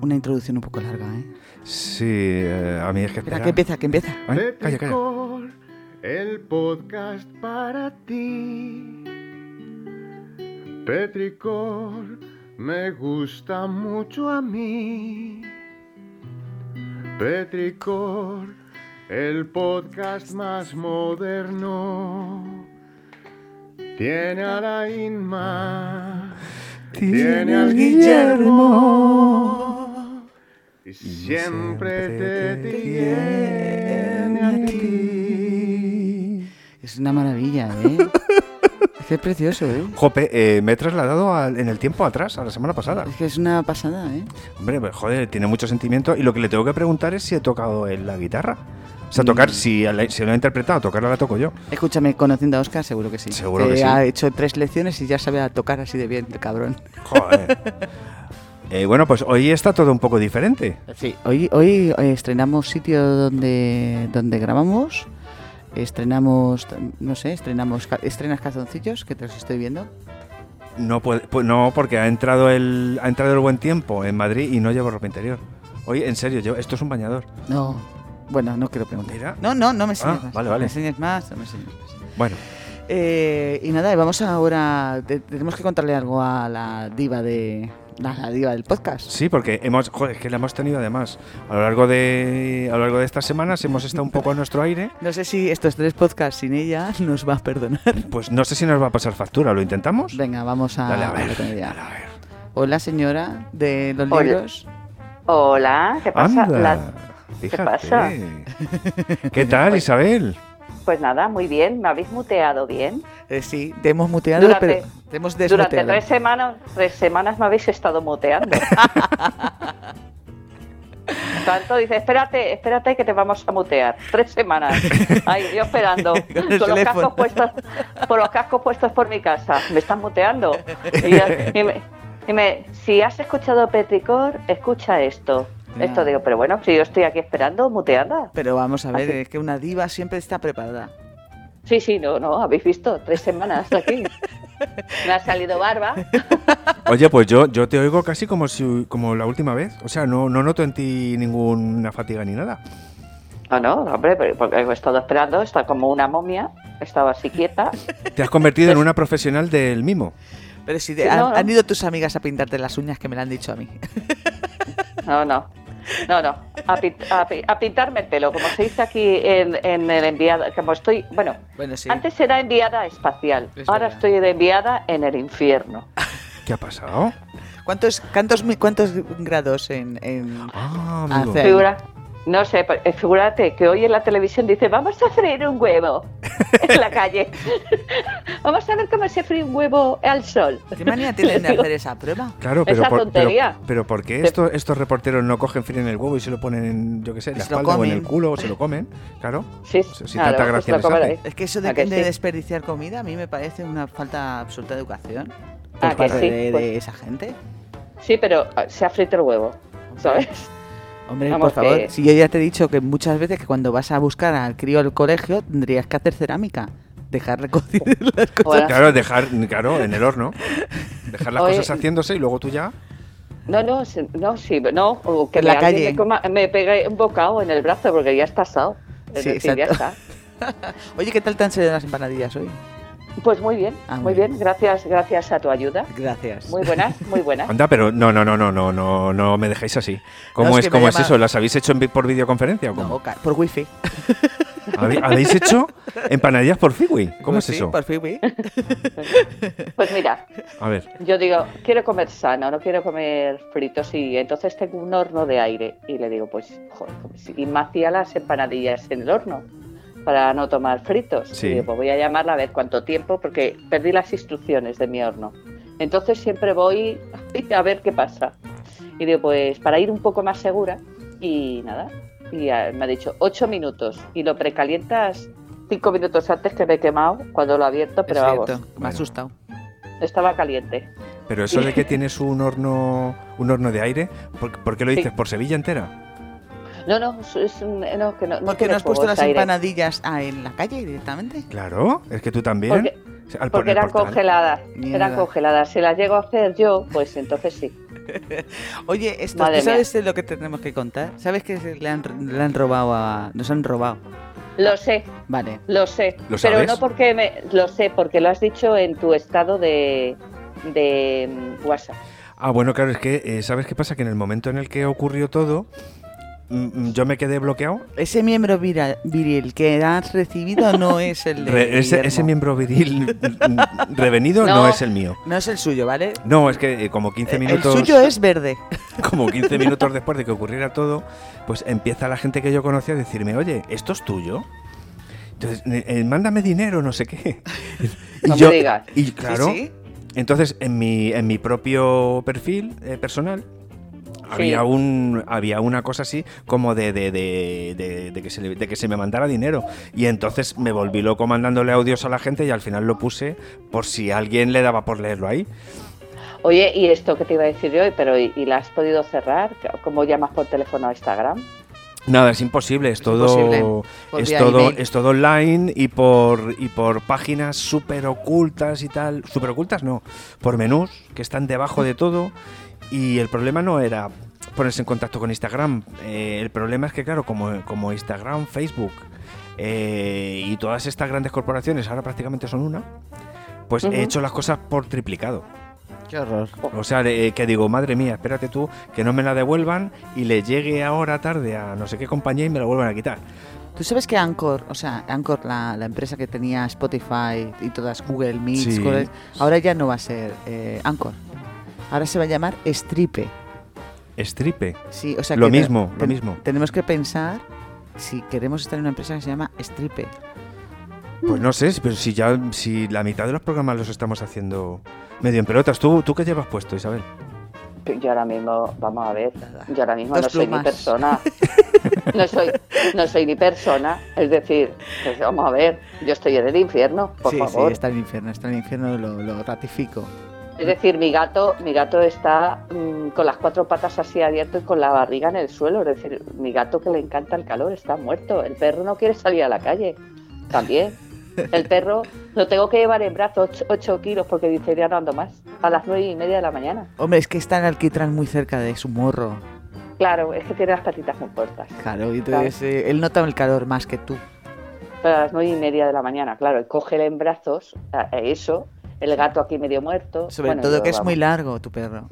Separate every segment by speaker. Speaker 1: una introducción un poco larga, ¿eh?
Speaker 2: Sí, eh, a mí es que
Speaker 1: Espera,
Speaker 2: espera.
Speaker 1: que empieza, que empieza.
Speaker 2: Ay, calla, calla.
Speaker 3: Petricor, el podcast para ti. Petricor, me gusta mucho a mí. Petricor, el podcast más moderno. Tiene a la Inma, tiene al Guillermo. Y siempre te
Speaker 2: Eh,
Speaker 3: tiene a ti.
Speaker 1: Es una maravilla, ¿eh? es que es precioso, ¿eh?
Speaker 2: Jope, eh, me he trasladado al- en el tiempo atrás, a la semana pasada.
Speaker 1: Es que es una pasada, ¿eh?
Speaker 2: Hombre, pues, joder, tiene mucho sentimiento. Y lo que le tengo que preguntar es si he tocado él la guitarra. O sea, tocar, si, la- si lo he interpretado, tocarla la toco yo.
Speaker 1: Escúchame, conociendo a Oscar, seguro que sí.
Speaker 2: Seguro que sí.
Speaker 1: Ha hecho tres lecciones y ya sabe a tocar así de bien, el cabrón.
Speaker 2: Joder. Eh, bueno, pues hoy está todo un poco diferente.
Speaker 1: Sí, hoy, hoy eh, estrenamos sitio donde, donde grabamos. Estrenamos, no sé, estrenamos, ca- estrenas calzoncillos, que te los estoy viendo.
Speaker 2: No, puede- pues no, porque ha entrado el ha entrado el buen tiempo en Madrid y no llevo ropa interior. Oye, en serio, yo, esto es un bañador.
Speaker 1: No, bueno, no quiero preguntar.
Speaker 2: Mira.
Speaker 1: No, no, no me enseñes
Speaker 2: Ah,
Speaker 1: más.
Speaker 2: vale,
Speaker 1: No
Speaker 2: vale.
Speaker 1: me enseñes más, no me enseñes más.
Speaker 2: Bueno,
Speaker 1: Eh, y nada, y vamos ahora. te- tenemos que contarle algo a la diva de. La, la diva del podcast.
Speaker 2: sí, porque hemos, joder, es que la hemos tenido además a lo largo de a lo largo de estas semanas hemos estado un poco a nuestro aire.
Speaker 1: No sé si estos tres podcasts sin ella nos va a perdonar.
Speaker 2: Pues no sé si nos va a pasar factura. ¿Lo intentamos?
Speaker 1: Venga, vamos
Speaker 4: Ah,
Speaker 1: a,
Speaker 2: Dale a ver.
Speaker 1: hablar con ella.
Speaker 2: dale a ver.
Speaker 1: Hola, señora de los
Speaker 4: Hola.
Speaker 1: libros.
Speaker 4: Hola, ¿qué pasa?
Speaker 2: Anda,
Speaker 4: Las-
Speaker 2: fíjate.
Speaker 4: pasa?
Speaker 2: ¿Qué tal, Isabel?
Speaker 4: Pues nada, muy bien, me habéis muteado bien.
Speaker 1: Eh, sí, te hemos muteado,
Speaker 4: Durante-
Speaker 1: pero te hemos
Speaker 4: Durante
Speaker 1: desmuteado.
Speaker 4: tres semanas, tres semanas me habéis estado muteando. Tanto dice, espérate, espérate que te vamos a mutear. Tres semanas. Ay, yo esperando.
Speaker 1: Con el
Speaker 4: con los
Speaker 1: teléfono.
Speaker 4: cascos puestos, por los cascos puestos por mi casa. Me están muteando. Y, yo- y me, y me, si has escuchado Petricor, escucha esto.
Speaker 1: Ya.
Speaker 4: Esto digo, pero bueno, si yo estoy aquí esperando, muteada.
Speaker 1: Pero vamos a ver,
Speaker 4: Así.
Speaker 1: es que una diva siempre está preparada.
Speaker 4: Sí, sí, no, no, habéis visto, tres semanas aquí. Me ha salido barba.
Speaker 2: Oye, pues yo, yo te oigo casi como si como la última vez. O sea, no, no noto en ti ninguna fatiga ni nada.
Speaker 4: No, no, hombre, pero- porque he estado esperando, está como una momia, estaba así quieta.
Speaker 2: Te has convertido en una profesional del mimo.
Speaker 1: Pero si de-
Speaker 4: Sí,
Speaker 1: han,
Speaker 4: no, no.
Speaker 1: han ido tus amigas a pintarte las uñas que me lo han dicho a mí.
Speaker 4: No, no, no, no, a, pin- a pi- a pintarme el pelo, como se dice aquí en, en el enviado, como estoy, bueno,
Speaker 1: Bueno, sí.
Speaker 4: antes era enviada espacial,
Speaker 1: Es
Speaker 4: ahora
Speaker 1: verdad.
Speaker 4: estoy de enviada en el infierno.
Speaker 2: ¿Qué ha pasado?
Speaker 1: ¿Cuántos, cuántos, mi- cuántos grados en, en-
Speaker 2: Ah, amigo.
Speaker 1: Hace- Sí.
Speaker 4: Figura, no sé, pero, eh, figúrate que hoy en la televisión dice, vamos a freír un huevo en la calle. vamos a ver cómo se fríe un huevo al sol.
Speaker 1: ¿Qué manía tienen de hacer esa prueba?
Speaker 2: Claro, pero
Speaker 4: Esa
Speaker 2: por, pero,
Speaker 4: tontería.
Speaker 2: pero ¿por qué esto- estos reporteros no cogen frío en el huevo y se lo ponen en, yo qué sé, en la
Speaker 1: Se lo
Speaker 2: espalda o en
Speaker 1: comen.
Speaker 2: el culo o se lo comen? Claro.
Speaker 4: Sí,
Speaker 2: Si- si tanta gracia
Speaker 4: justo
Speaker 2: les
Speaker 4: como
Speaker 2: hace.
Speaker 4: lo-
Speaker 1: Es que eso
Speaker 4: ¿A
Speaker 1: de,
Speaker 4: que
Speaker 1: de
Speaker 4: sí?
Speaker 1: desperdiciar comida a mí me parece una falta absoluta de educación por
Speaker 4: ¿A que
Speaker 1: parte
Speaker 4: sí?
Speaker 1: de,
Speaker 4: Pues-
Speaker 1: de esa gente.
Speaker 4: Sí, pero ah, se ha frito el huevo, ¿sabes?
Speaker 1: Hombre,
Speaker 4: Vamos,
Speaker 1: por favor,
Speaker 4: que-
Speaker 1: si yo ya te he dicho que muchas veces que cuando vas a buscar al crío al colegio tendrías que hacer cerámica, dejarle cocer las cosas.
Speaker 4: Bueno,
Speaker 2: Claro, dejar, claro, en el horno. Dejar las
Speaker 4: Oye,
Speaker 2: cosas haciéndose y luego tú ya.
Speaker 4: no, no, sí, no, sí, no, o que
Speaker 1: En la
Speaker 4: me- alguien
Speaker 1: calle.
Speaker 4: me, coma- me pegue un bocado en el brazo porque ya está asado. Es
Speaker 1: Sí,
Speaker 4: decir, ya
Speaker 1: exacto.
Speaker 4: está.
Speaker 1: Oye, ¿qué tal te han salido las empanadillas hoy?
Speaker 4: Pues muy bien,
Speaker 1: Ah, muy
Speaker 4: muy bien, gracias, gracias a tu ayuda.
Speaker 1: Gracias.
Speaker 4: Muy buenas, muy buenas.
Speaker 2: Anda, pero no, no, no, no, no, no, no me dejéis así. ¿Cómo
Speaker 1: No, es
Speaker 2: es,
Speaker 1: que me
Speaker 2: cómo es
Speaker 1: llama-
Speaker 2: eso? ¿Las habéis hecho en vi- por videoconferencia o cómo?
Speaker 1: No, ca- por wifi.
Speaker 2: ¿Habe- ¿Habéis hecho empanadillas por Figui?
Speaker 1: Por
Speaker 2: ¿Cómo es
Speaker 1: sí,
Speaker 2: eso?
Speaker 1: Por wifi.
Speaker 4: Pues mira,
Speaker 2: A ver.
Speaker 4: Yo digo, quiero comer sano, no quiero comer fritos y entonces tengo un horno de aire y le digo, pues, joder, pues, y me hacía las empanadillas en el horno para no tomar fritos.
Speaker 2: Sí.
Speaker 4: Y digo, pues voy a llamarla a ver cuánto tiempo porque perdí las instrucciones de mi horno. Entonces siempre voy a ver qué pasa. Y digo, pues para ir un poco más segura y nada. Y ah, me ha dicho, ocho minutos y lo precalientas cinco minutos antes que me he quemado cuando lo he abierto, pero
Speaker 1: Es
Speaker 4: vamos,
Speaker 1: cierto, me
Speaker 2: bueno.
Speaker 1: ha asustado.
Speaker 4: estaba caliente.
Speaker 2: Pero eso de que tienes un horno, un horno de aire, ¿por, por qué lo
Speaker 4: Sí.
Speaker 2: dices? ¿Por Sevilla entera?
Speaker 4: No, no, es- es un- no, que no, no
Speaker 1: ¿Por qué
Speaker 4: tiene
Speaker 1: no has puesto
Speaker 4: fuegos
Speaker 1: las
Speaker 4: aire.
Speaker 1: empanadillas ah, en la calle directamente?
Speaker 2: Claro, es que tú también.
Speaker 4: Porque,
Speaker 2: Al
Speaker 4: porque
Speaker 2: poner
Speaker 4: eran
Speaker 2: portal.
Speaker 4: congeladas,
Speaker 1: Mierda.
Speaker 4: eran congeladas. Si las llego a hacer yo, pues entonces sí.
Speaker 1: Oye, esto,
Speaker 4: Madre
Speaker 1: ¿tú ¿sabes lo que tenemos que contar? ¿Sabes que se le han, le han robado a... Nos han robado.
Speaker 4: Lo sé,
Speaker 1: Vale.
Speaker 4: lo sé.
Speaker 2: ¿Lo
Speaker 4: pero
Speaker 2: sabes?
Speaker 4: no porque me. Lo sé, porque lo has dicho en tu estado de. de mm, WhatsApp.
Speaker 2: Ah, bueno, claro, es que, eh, ¿sabes qué pasa? Que en el momento en el que ocurrió todo, mm, mm, yo me quedé bloqueado.
Speaker 1: Ah. Ese miembro vira- viril que has recibido no es el de
Speaker 2: Re- ese,
Speaker 1: Guillermo.
Speaker 2: ese miembro viril mm, revenido no.
Speaker 4: No.
Speaker 2: es el mío.
Speaker 1: No es el suyo, ¿vale?
Speaker 2: No, es que eh, como 15 minutos...
Speaker 1: El suyo es verde.
Speaker 2: como 15 minutos después de que ocurriera todo, pues empieza la gente que yo conocía a decirme, oye, ¿esto es tuyo? Entonces, eh, eh, mándame dinero, no sé qué.
Speaker 4: No me digas.
Speaker 2: y claro,
Speaker 1: Sí,
Speaker 2: entonces en mi, en mi propio perfil eh, personal había, un, había una cosa así como de, de, de- de- de que se, le- de que se me mandara dinero. Y entonces me volví loco mandándole audios a la gente y al final lo puse por si alguien le daba por leerlo ahí.
Speaker 4: Oye, y esto que te iba a decir yo, pero ¿y, y la has podido cerrar? ¿Cómo llamas por teléfono a Instagram?
Speaker 2: Nada, es imposible, es
Speaker 1: imposible.
Speaker 2: todo,
Speaker 1: Por
Speaker 2: es
Speaker 1: vía
Speaker 2: todo,
Speaker 1: email.
Speaker 2: es todo online y por y por páginas súper ocultas y tal, súper ocultas no, por menús que están debajo de todo y el problema no era ponerse en contacto con Instagram, eh, el problema es que claro, como, como Instagram, Facebook eh, y todas estas grandes corporaciones ahora prácticamente son una, pues
Speaker 4: Ujú.
Speaker 2: he hecho las cosas por triplicado.
Speaker 1: sí. Qué horror.
Speaker 2: O sea, eh, que digo, madre mía, espérate tú, que no me la devuelvan y le llegue ahora tarde a no sé qué compañía y me la vuelvan a quitar.
Speaker 1: Tú sabes que Anchor, o sea, Anchor, la, la empresa que tenía Spotify y todas, Google Meets,
Speaker 2: Sí.
Speaker 1: cosas- ahora ya no va a ser eh, Anchor. Ahora se va a llamar Stripe.
Speaker 2: Estripe.
Speaker 1: Sí, o sea,
Speaker 2: Lo
Speaker 1: que te-
Speaker 2: mismo, lo
Speaker 1: ten-
Speaker 2: mismo.
Speaker 1: Tenemos que pensar si queremos estar en una empresa que se llama Stripe.
Speaker 2: Pues no sé, pero si ya si la mitad de los programas los estamos haciendo medio en pelotas. ¿Tú, tú qué llevas puesto, Isabel?
Speaker 4: Yo ahora mismo, vamos a ver, yo ahora mismo
Speaker 1: Dos
Speaker 4: no soy
Speaker 1: plumas.
Speaker 4: ni persona. No soy, no soy ni persona. Es decir, pues vamos a ver, yo estoy en el infierno, por
Speaker 1: sí,
Speaker 4: favor.
Speaker 1: sí, está en el infierno, está en el infierno, lo, lo ratifico.
Speaker 4: Es decir, mi gato, mi gato está mm, con las cuatro patas así abiertas y con la barriga en el suelo. Es decir, mi gato que le encanta el calor está muerto. El perro no quiere salir a la calle. También. El perro lo tengo que llevar en brazos ocho- ocho kilos porque dice ya no ando más. A las nueve y media de la mañana.
Speaker 1: Hombre, es que está en Alquitrán muy cerca de su morro.
Speaker 4: Claro, es que tiene las patitas muy cortas.
Speaker 1: Claro, y entonces eh, él nota el calor más que tú.
Speaker 4: Pero a las nueve y media de la mañana, claro, y cógele en brazos, a- a eso, el gato aquí medio muerto.
Speaker 1: Sobre
Speaker 4: Bueno,
Speaker 1: todo
Speaker 4: yo,
Speaker 1: que es
Speaker 4: vamos,
Speaker 1: muy largo tu perro.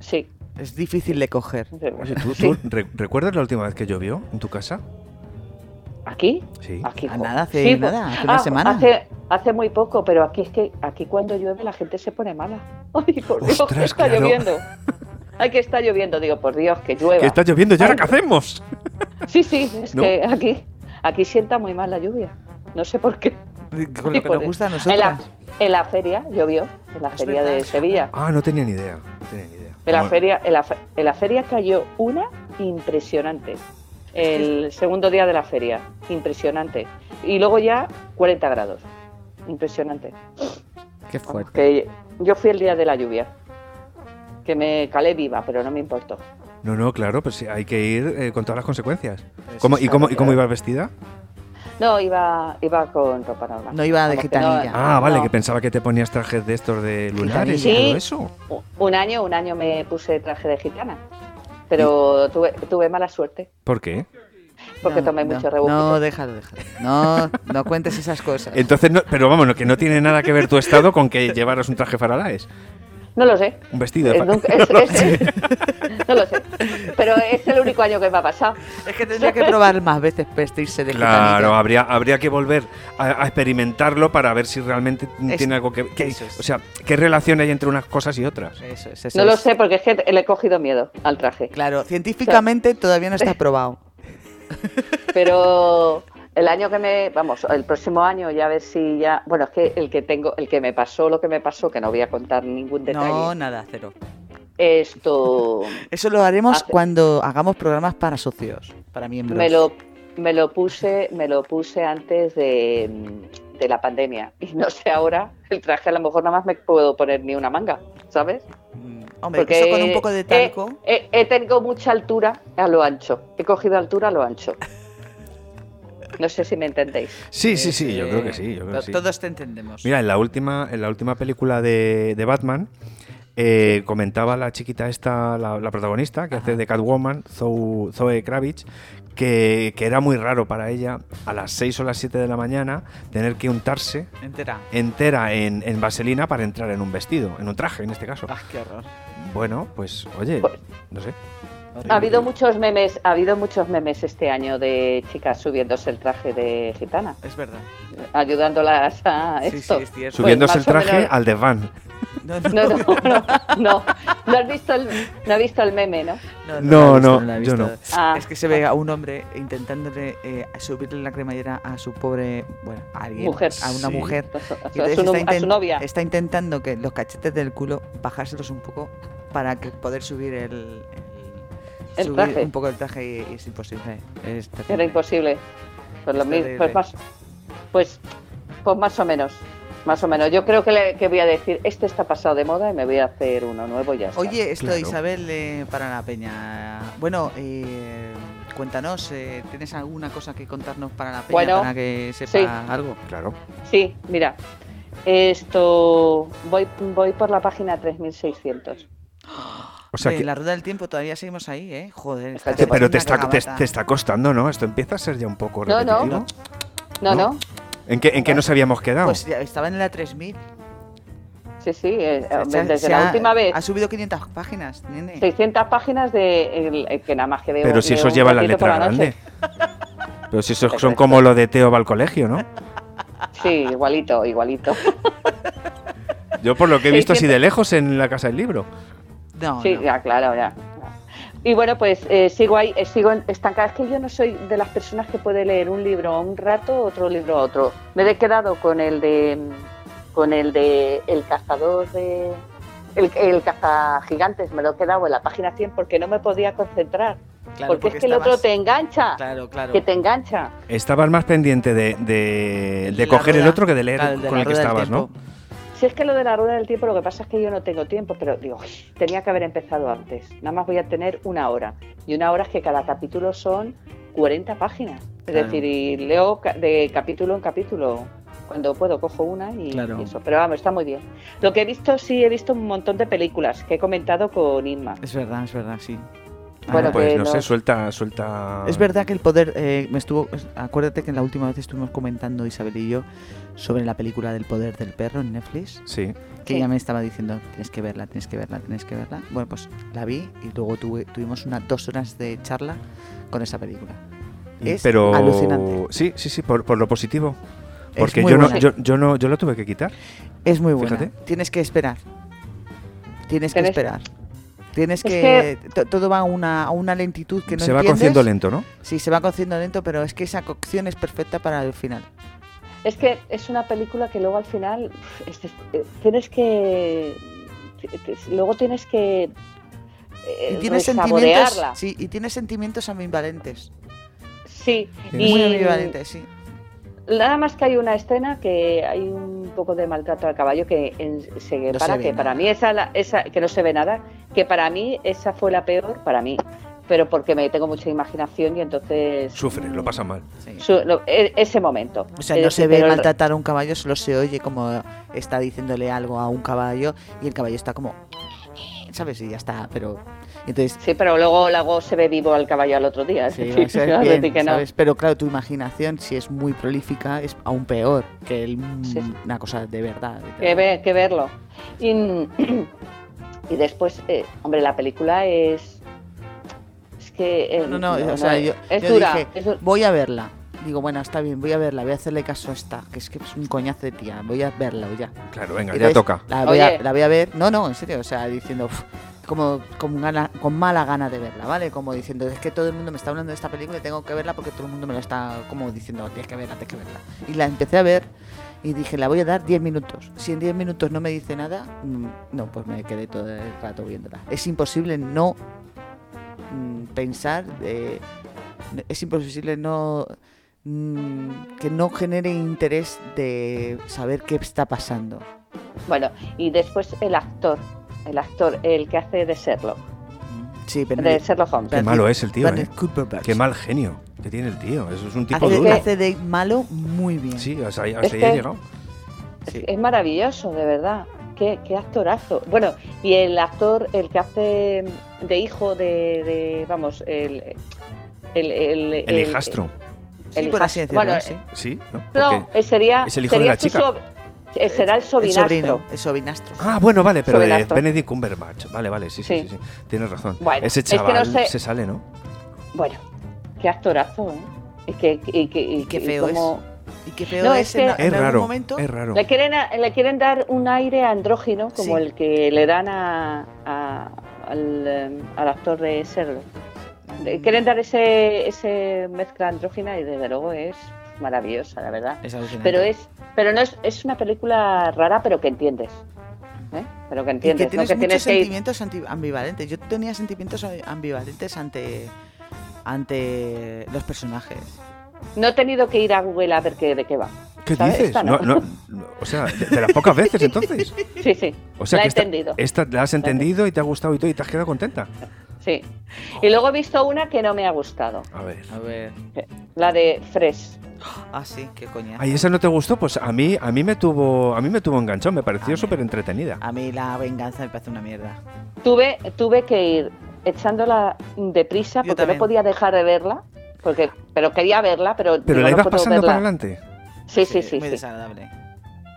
Speaker 4: Sí.
Speaker 1: Es difícil de coger.
Speaker 2: Oye, ¿tú,
Speaker 4: Sí.
Speaker 2: tú re- recuerdas la última vez que llovió en tu casa?
Speaker 4: ¿Aquí?
Speaker 2: Sí.
Speaker 4: Aquí.
Speaker 1: Ah,
Speaker 4: jo-
Speaker 1: nada, hace
Speaker 4: sí,
Speaker 1: nada,
Speaker 4: pues-
Speaker 1: hace una semana.
Speaker 4: Hace, hace muy poco, pero aquí es que aquí cuando llueve la gente se pone mala. Ay, por Dios,
Speaker 2: Ostras,
Speaker 4: que está
Speaker 2: claro.
Speaker 4: lloviendo. Ay, que está lloviendo, digo, por Dios, que llueva.
Speaker 2: Que está lloviendo, ¿y ahora
Speaker 4: Ay.
Speaker 2: qué hacemos?
Speaker 4: Sí, sí, es
Speaker 2: No.
Speaker 4: que aquí, aquí sienta muy mal la lluvia. No sé por qué.
Speaker 1: Con lo que nos gusta a
Speaker 4: En la,
Speaker 1: nosotros.
Speaker 4: en la feria llovió, en la
Speaker 1: Es
Speaker 4: feria de
Speaker 1: verdad.
Speaker 4: Sevilla.
Speaker 2: Ah, no tenía ni idea. No tenía ni idea.
Speaker 4: En la,
Speaker 2: Bueno,
Speaker 4: feria, en, la, fe- en la feria cayó una impresionante. El segundo día de la feria, impresionante. Y luego ya 40 grados, impresionante.
Speaker 1: Qué fuerte.
Speaker 4: Que yo fui el día de la lluvia, que me calé viva, pero no me importó.
Speaker 2: No, no, claro, pues sí, hay que ir eh, con todas las consecuencias.
Speaker 1: Eso
Speaker 2: ¿Cómo- ¿Y
Speaker 4: está
Speaker 2: cómo,
Speaker 4: bien.
Speaker 2: ¿Y cómo ibas vestida?
Speaker 4: No, iba, iba con ropa normal.
Speaker 1: No iba de
Speaker 4: Como que no-
Speaker 1: gitanilla.
Speaker 2: Ah, vale,
Speaker 4: no.
Speaker 2: que pensaba que te ponías trajes de estos de lunares
Speaker 1: Sí.
Speaker 2: y todo eso.
Speaker 4: U- Un año, un año me puse traje de gitana, pero tuve, tuve mala suerte,
Speaker 2: ¿Por qué?
Speaker 4: porque
Speaker 1: No,
Speaker 4: tomé
Speaker 1: no,
Speaker 4: mucho rebufo.
Speaker 1: No, déjalo, déjalo. No, no cuentes esas cosas.
Speaker 2: Entonces, no- pero vamos, no, que no tiene nada que ver tu estado con que llevaras un traje Faralaes.
Speaker 4: No lo sé.
Speaker 2: Un vestido de
Speaker 4: Eh,
Speaker 2: fa-
Speaker 4: nunca- es- es- no lo sé. Pero es el único año que me ha pasado.
Speaker 1: Es que tendría que probar más veces vestirse de
Speaker 2: Claro,
Speaker 1: gitanilla.
Speaker 2: habría, habría que volver a, a experimentarlo para ver si realmente
Speaker 1: Es-
Speaker 2: tiene algo que, que-
Speaker 1: eso es.
Speaker 2: O sea, ¿qué relación hay entre unas cosas y otras?
Speaker 1: Eso es, eso
Speaker 4: No lo
Speaker 1: es.
Speaker 4: sé porque es que le he cogido miedo al traje.
Speaker 1: Claro, científicamente todavía no está probado.
Speaker 4: Pero el año que me, vamos, el próximo año ya a ver si ya, bueno, es que el que tengo, el que me pasó, lo que me pasó, que no voy a contar ningún detalle.
Speaker 1: No, nada, cero.
Speaker 4: Esto
Speaker 1: Eso lo haremos
Speaker 4: Hace-
Speaker 1: cuando hagamos programas para socios, para miembros.
Speaker 4: Ah, me lo me lo puse, me lo puse antes de, mm, de la pandemia y no sé ahora, el traje a lo mejor nada más me puedo poner ni una manga, ¿sabes?
Speaker 1: Mm, Hombre,
Speaker 4: Porque
Speaker 1: eso con un poco de talco.
Speaker 4: He, he- he tenido mucha altura a lo ancho. He cogido altura a lo ancho. No sé si me entendéis.
Speaker 2: Sí, sí, sí, yo creo que sí. yo creo que
Speaker 1: eh, to-
Speaker 2: sí.
Speaker 1: Todos te entendemos.
Speaker 2: Mira, en la última, en la última película de, de Batman, eh, comentaba la chiquita esta, la, la protagonista, que hace de Catwoman, Zoe, Zoe Kravitz, que, que era muy raro para ella a las 6 o las 7 de la mañana tener que untarse
Speaker 1: Entera.
Speaker 2: entera en, en vaselina para entrar en un vestido, en un traje en este caso.
Speaker 1: Ah, qué horror.
Speaker 2: Bueno, pues oye,
Speaker 4: Pues-
Speaker 2: no sé.
Speaker 4: Ha habido muchos memes, ha habido muchos memes este año de chicas subiéndose el traje de gitana,
Speaker 1: Es verdad.
Speaker 4: ayudándolas a
Speaker 1: Sí,
Speaker 4: esto.
Speaker 1: sí, es cierto.
Speaker 4: Subiendo-
Speaker 2: Subiéndose el
Speaker 4: más o
Speaker 2: traje
Speaker 4: menos-
Speaker 2: al desván.
Speaker 1: No, no,
Speaker 4: No, no, no, no. No has visto el, no has visto el meme, ¿no?
Speaker 1: la he
Speaker 2: No,
Speaker 1: visto,
Speaker 2: no,
Speaker 1: la he
Speaker 2: yo
Speaker 1: visto.
Speaker 4: no.
Speaker 1: Es que se ve a un hombre intentándole eh, subirle la cremallera a su pobre, bueno, a alguien,
Speaker 4: Mujer.
Speaker 1: a una
Speaker 2: Sí.
Speaker 1: mujer.
Speaker 4: A su, a su-
Speaker 1: Y
Speaker 4: a
Speaker 1: entonces
Speaker 4: su no- a
Speaker 1: inten-
Speaker 4: su novia.
Speaker 1: está intentando que los cachetes del culo bajárselos un poco para que poder subir el,
Speaker 4: El
Speaker 1: subir
Speaker 4: traje.
Speaker 1: un poco el traje y, y es imposible. Es terrible.
Speaker 4: Era imposible. Pues lo
Speaker 1: Es
Speaker 4: mismo,
Speaker 1: terrible.
Speaker 4: pues más, pues, pues más o menos. Más o menos. Yo creo que, le- que voy a decir, este está pasado de moda y me voy a hacer uno nuevo y ya. está.
Speaker 1: Oye, esto
Speaker 2: Claro.
Speaker 1: Isabel eh, para la peña. Bueno, eh, cuéntanos, eh, ¿tienes alguna cosa que contarnos para la peña
Speaker 4: Bueno,
Speaker 1: para que sepa
Speaker 4: sí.
Speaker 1: algo?
Speaker 2: Claro.
Speaker 4: Sí, mira. Esto voy, voy por la página 3600.
Speaker 2: O sea
Speaker 1: Oye,
Speaker 2: que-
Speaker 1: la rueda del tiempo todavía seguimos ahí, ¿eh? Joder,
Speaker 4: Espérate,
Speaker 1: haciendo
Speaker 2: pero te
Speaker 1: una
Speaker 2: está, te,
Speaker 1: cagabata.
Speaker 2: te está costando, ¿no? Esto empieza a ser ya un poco
Speaker 4: No, no.
Speaker 2: repetitivo.
Speaker 4: No,
Speaker 2: No.
Speaker 4: no,
Speaker 2: ¿En qué, en qué nos habíamos quedado?
Speaker 1: Pues ya estaba en la 3000.
Speaker 4: Sí, sí. eh,
Speaker 1: Se ha-
Speaker 4: desde
Speaker 1: se
Speaker 4: la
Speaker 1: ha-
Speaker 4: última vez.
Speaker 1: Ha subido 500 páginas, nene.
Speaker 4: 600 páginas de el- el que nada más que veo.
Speaker 2: Pero si
Speaker 4: leo
Speaker 2: eso
Speaker 4: un
Speaker 2: lleva la
Speaker 4: ratito
Speaker 2: letra
Speaker 4: por noche.
Speaker 2: grande. Pero si esos son
Speaker 4: Perfecto.
Speaker 2: como lo de Teo va al colegio, ¿no?
Speaker 4: Sí, igualito, igualito.
Speaker 2: Yo por lo que he visto así
Speaker 4: 600.
Speaker 2: de lejos en la casa del libro.
Speaker 1: No,
Speaker 4: Sí,
Speaker 1: no.
Speaker 4: ya, claro, ya. Y bueno, pues eh, sigo ahí, eh, sigo en- estancada. Es que yo no soy de las personas que puede leer un libro un rato, otro libro otro. Me he quedado con el de con el de El cazador de el, el cazagigantes, me lo he quedado en la página 100 porque no me podía concentrar,
Speaker 1: Claro,
Speaker 4: porque, es que el
Speaker 1: estabas-
Speaker 4: otro te engancha,
Speaker 1: Claro, claro.
Speaker 4: que te engancha.
Speaker 2: Estabas más pendiente de, de,
Speaker 1: La
Speaker 2: de coger el
Speaker 1: rueda-
Speaker 2: otro que de leer
Speaker 1: claro, de
Speaker 2: con
Speaker 1: la
Speaker 2: el que
Speaker 1: rueda del
Speaker 2: estabas, ¿no?
Speaker 1: tiempo.
Speaker 4: Si es que lo de la rueda del tiempo, lo que pasa es que yo no tengo tiempo, pero digo, "Uy, tenía que haber empezado antes. Nada más voy a tener una hora. Y una hora es que cada capítulo son 40 páginas. Es
Speaker 1: Claro.
Speaker 4: decir, y leo ca- de capítulo en capítulo. Cuando puedo cojo una y,
Speaker 1: Claro.
Speaker 4: y eso. Pero vamos, está muy bien. Lo que he visto, sí, he visto un montón de películas que he comentado con Inma.
Speaker 1: Es verdad, es verdad, sí.
Speaker 2: Ah,
Speaker 4: Bueno,
Speaker 2: pues
Speaker 4: que
Speaker 2: no
Speaker 4: no-
Speaker 2: sé, suelta, suelta.
Speaker 1: Es verdad que el poder eh, me estuvo. es- Acuérdate que en la última vez estuvimos comentando Isabel y yo sobre la película del poder del perro en Netflix,
Speaker 2: Sí.
Speaker 1: que
Speaker 4: Sí.
Speaker 1: ella me estaba diciendo tienes que verla, tienes que verla, tienes que verla. Bueno, pues la vi y luego tuve- tuvimos unas dos horas de charla con esa película. Es
Speaker 2: Mm, pero
Speaker 1: alucinante.
Speaker 2: sí, sí, sí, por, por lo positivo.
Speaker 1: Es
Speaker 2: Porque
Speaker 1: muy
Speaker 2: yo no,
Speaker 1: buena.
Speaker 2: yo, yo no, yo lo tuve que quitar.
Speaker 1: Es muy buena.
Speaker 2: Fíjate.
Speaker 1: Tienes que esperar. Tienes que
Speaker 4: Pero es-
Speaker 1: esperar. Tienes
Speaker 4: es
Speaker 1: que, to- todo va a una, a una lentitud que no
Speaker 2: Se va
Speaker 1: entiendes.
Speaker 2: cociendo lento, ¿no?
Speaker 1: Sí, se va cociendo lento, pero es que esa cocción es perfecta para el final.
Speaker 4: Es que es una película que luego al final pf, es de- eh, tienes que. t- t- Luego tienes que. eh,
Speaker 1: Y tiene sentimientos,
Speaker 4: resaborearla.
Speaker 1: sí, y tiene sentimientos ambivalentes.
Speaker 4: Sí,
Speaker 2: Tienes-
Speaker 1: Muy
Speaker 4: y-
Speaker 1: ambivalentes, sí.
Speaker 4: Nada más que hay una escena que hay un poco de maltrato al caballo que en- se
Speaker 1: No
Speaker 4: para,
Speaker 1: se ve
Speaker 4: que
Speaker 1: nada.
Speaker 4: para mí esa, la- esa, que no se ve nada, que para mí esa fue la peor, para mí, pero porque me tengo mucha imaginación y entonces...
Speaker 2: Sufre, lo pasa mal.
Speaker 1: sí.
Speaker 4: su- lo- e- ese momento.
Speaker 1: O sea,
Speaker 4: Es
Speaker 1: no
Speaker 4: decir,
Speaker 1: se ve
Speaker 4: Eh, pero el-
Speaker 1: maltratar a un caballo, solo se oye como está diciéndole algo a un caballo y el caballo está como, ¿sabes? Y ya está, pero... Entonces,
Speaker 4: Sí, pero luego, luego se ve vivo al caballo al otro día. es
Speaker 1: sí,
Speaker 4: decir,
Speaker 1: va a ser
Speaker 4: es
Speaker 1: bien,
Speaker 4: decir, que no.
Speaker 1: ¿sabes? Pero claro, tu imaginación, si es muy prolífica, es aún peor que el- mm,
Speaker 4: Sí.
Speaker 1: una cosa de verdad.
Speaker 4: que, ve- que verlo. Y, y después, eh, hombre, la película es... Es que... eh,
Speaker 1: No, no, o sea, yo,
Speaker 4: es
Speaker 1: yo
Speaker 4: dura.
Speaker 1: dije,
Speaker 4: es du-
Speaker 1: voy a verla. Digo, bueno, está bien, voy a verla, voy a hacerle caso a esta, que es que es un coñazo de tía, voy a verla ya.
Speaker 2: Claro, venga,
Speaker 1: Entonces,
Speaker 2: ya toca.
Speaker 1: La voy, a,
Speaker 4: Oye.
Speaker 1: la voy a ver, no, no, en serio, o sea, diciendo, "Uf", como con, gana, con mala gana de verla, ¿vale? Como diciendo, es que todo el mundo me está hablando de esta película y tengo que verla porque todo el mundo me lo está como diciendo, tienes que verla, tienes que verla. Y la empecé a ver y dije, la voy a dar 10 minutos. Si en 10 minutos no me dice nada, mm, no, pues me quedé todo el rato viéndola. Es imposible no mm, pensar, eh, es imposible no mm, que no genere interés de saber qué está pasando.
Speaker 4: Bueno, y después el actor, el actor, el que hace de Sherlock,
Speaker 1: Sí,
Speaker 4: de
Speaker 1: Benedict-
Speaker 4: Sherlock Holmes.
Speaker 2: Qué
Speaker 1: Benedict-
Speaker 2: malo es el tío, ¿eh?
Speaker 1: Benedict Cumberbatch.
Speaker 2: Qué mal genio que tiene el tío. Eso es un tipo
Speaker 1: hace,
Speaker 2: duro.
Speaker 1: hace de malo muy bien.
Speaker 2: Sí, hasta ahí, hasta
Speaker 4: Es
Speaker 2: ahí ha
Speaker 4: que-
Speaker 2: llegado.
Speaker 4: Es-
Speaker 1: sí.
Speaker 4: Es maravilloso, de verdad. qué, qué actorazo. Bueno, y el actor, el que hace de hijo de, de vamos, el... El, el,
Speaker 2: El hijastro.
Speaker 4: el
Speaker 1: Sí, por así
Speaker 4: hijastro. Bueno,
Speaker 1: decirlo,
Speaker 2: ¿Sí? ¿No? ¿Por
Speaker 4: No,
Speaker 2: qué?
Speaker 4: eh, sería,
Speaker 2: es el hijo de
Speaker 4: sería
Speaker 2: la
Speaker 4: su
Speaker 2: chica.
Speaker 4: sob- eh, será el
Speaker 1: El
Speaker 4: sobrinastro.
Speaker 1: sobrino, el sobrinastro.
Speaker 2: Ah, bueno, vale, pero de
Speaker 4: Sobenazo.
Speaker 2: Benedict Cumberbatch. Vale, vale, sí, sí, sí.
Speaker 4: Sí.
Speaker 2: sí. Tienes razón.
Speaker 4: Bueno,
Speaker 2: Ese
Speaker 4: es que no
Speaker 2: chaval
Speaker 4: sé-
Speaker 2: se sale, ¿no?
Speaker 4: Bueno, qué actorazo, ¿eh? Y que, y que, y
Speaker 1: Qué
Speaker 4: que- y
Speaker 1: feo es.
Speaker 4: cómo-
Speaker 1: Y qué feo
Speaker 4: No,
Speaker 1: es,
Speaker 4: es que-
Speaker 1: en, en
Speaker 2: Es
Speaker 1: algún
Speaker 2: raro,
Speaker 1: momento.
Speaker 2: es raro.
Speaker 4: Le quieren, a- le quieren dar un aire andrógino como
Speaker 1: Sí.
Speaker 4: el que le dan a, a- al, eh, al actor de Serlo.
Speaker 1: Mm.
Speaker 4: Le Quieren dar ese, ese mezcla andrógina y desde luego es maravillosa, la verdad.
Speaker 1: Es alucinante.
Speaker 4: Pero es, pero no es, es una película rara, pero que entiendes. ¿eh?
Speaker 1: Y
Speaker 4: Pero que
Speaker 1: que
Speaker 4: entiendes, ¿no?
Speaker 1: tienes
Speaker 4: que
Speaker 1: muchos
Speaker 4: tienes que ir.
Speaker 1: sentimientos anti- ambivalentes. Yo tenía sentimientos ambivalentes ante ante los personajes.
Speaker 4: No he tenido que ir a Google a ver qué, de qué va.
Speaker 2: ¿Qué
Speaker 4: ¿sabes?
Speaker 2: dices?
Speaker 4: Esta no.
Speaker 2: No, no, no, o sea, de, de las pocas veces entonces.
Speaker 4: Sí, sí.
Speaker 2: O sea,
Speaker 4: la
Speaker 2: que
Speaker 4: he
Speaker 2: esta-
Speaker 4: entendido.
Speaker 1: eh.
Speaker 2: Esta, la has entendido y te ha gustado y todo y te has quedado contenta.
Speaker 4: Sí. Y luego he visto una que no me ha gustado.
Speaker 2: A ver.
Speaker 1: A ver.
Speaker 4: La de Fresh.
Speaker 1: Ah, sí, qué coña.
Speaker 2: Ay, esa no te gustó, pues a mí, a mí me tuvo, a mí me tuvo enganchado, me
Speaker 1: A
Speaker 2: pareció
Speaker 1: ver.
Speaker 2: súper entretenida.
Speaker 1: A mí la venganza me parece una mierda.
Speaker 4: Tuve, tuve que ir echándola deprisa
Speaker 1: Yo
Speaker 4: porque no
Speaker 1: también.
Speaker 4: podía dejar de verla. Porque, pero quería verla, pero,
Speaker 2: Pero
Speaker 4: digo,
Speaker 2: la
Speaker 4: no
Speaker 2: ibas
Speaker 4: puedo
Speaker 2: pasando
Speaker 4: verla.
Speaker 2: para adelante.
Speaker 4: Sí, sí, sí.
Speaker 1: Muy
Speaker 4: sí.
Speaker 1: desagradable.